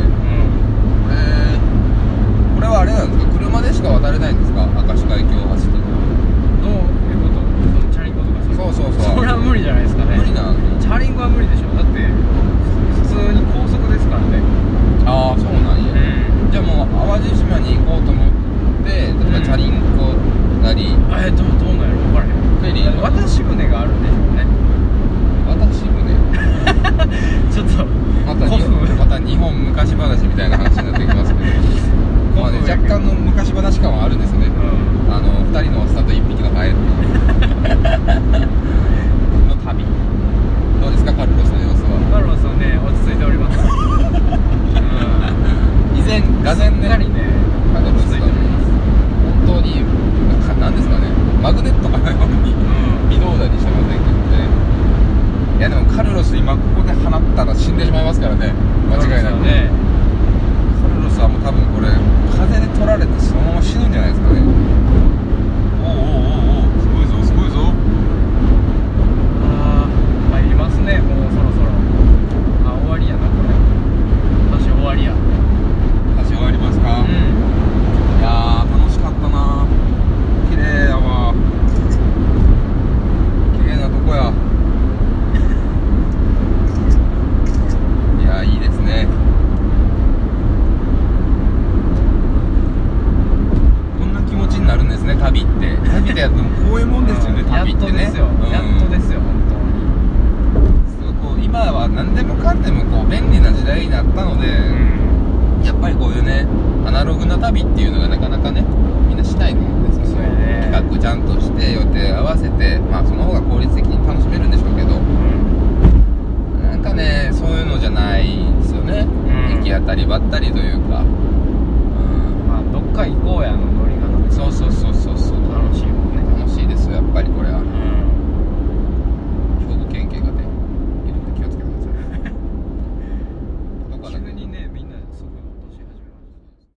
Speaker 3: う
Speaker 1: えこ
Speaker 3: ん
Speaker 1: れはあれなんですか車でしか渡れないんですか明石海峡を走ってるのは
Speaker 3: どういうことそのチャリンコと
Speaker 1: そう
Speaker 3: か
Speaker 1: そうそう
Speaker 3: それは無理じゃないですか
Speaker 1: 日本昔話みたいな話になってきますけどまあね若干の昔話感はあるんですよね、あの2人のおっさんと1匹のハエっていうの旅どうですかカルロスの様子は
Speaker 3: カルロスはね落ち着いております、うん、
Speaker 1: 以前がぜんね
Speaker 3: しっかりね
Speaker 1: カルロス
Speaker 3: 落ち着いて
Speaker 1: が
Speaker 3: おります、
Speaker 1: 本当になんかなんですかねマグネットかのように微動だにしてませんけどねいやでもカルロス今ここで放ったら死んでしまいますからね間違いなく
Speaker 3: ね
Speaker 1: カルロスはもう多分これ風で取られてそのまま死ぬんじゃないですかねおおおうおうおうすごいぞすごいぞ
Speaker 3: ああ参りますねもうそろそろあ終わりやなこれ私終わりやう
Speaker 1: 橋終わりますか、い
Speaker 3: ん
Speaker 1: やー楽しかったな綺麗やわ綺麗なとこやいやいいですねこんな気持ちになるんですね旅って旅ってやっても光栄もんですよね
Speaker 3: やっ
Speaker 1: 旅っ
Speaker 3: と
Speaker 1: てね
Speaker 3: ですよ、やっとですよ本当に
Speaker 1: そうこう今は何でもかんでもこう便利な時代になったので、やっぱりこういうねアナログな旅っていうのがなかなかねみんなしないんですよ
Speaker 3: そうやね
Speaker 1: 企画ちゃんとして予定合わせてまあその方が効率的に楽しめるんでしょうけどなんかねそういうのじゃないんですよね、
Speaker 3: うん
Speaker 1: 行き当たりばったりというか、うん
Speaker 3: まあどっか行こうやのノリがな
Speaker 1: そうそうそうそう
Speaker 3: *laughs*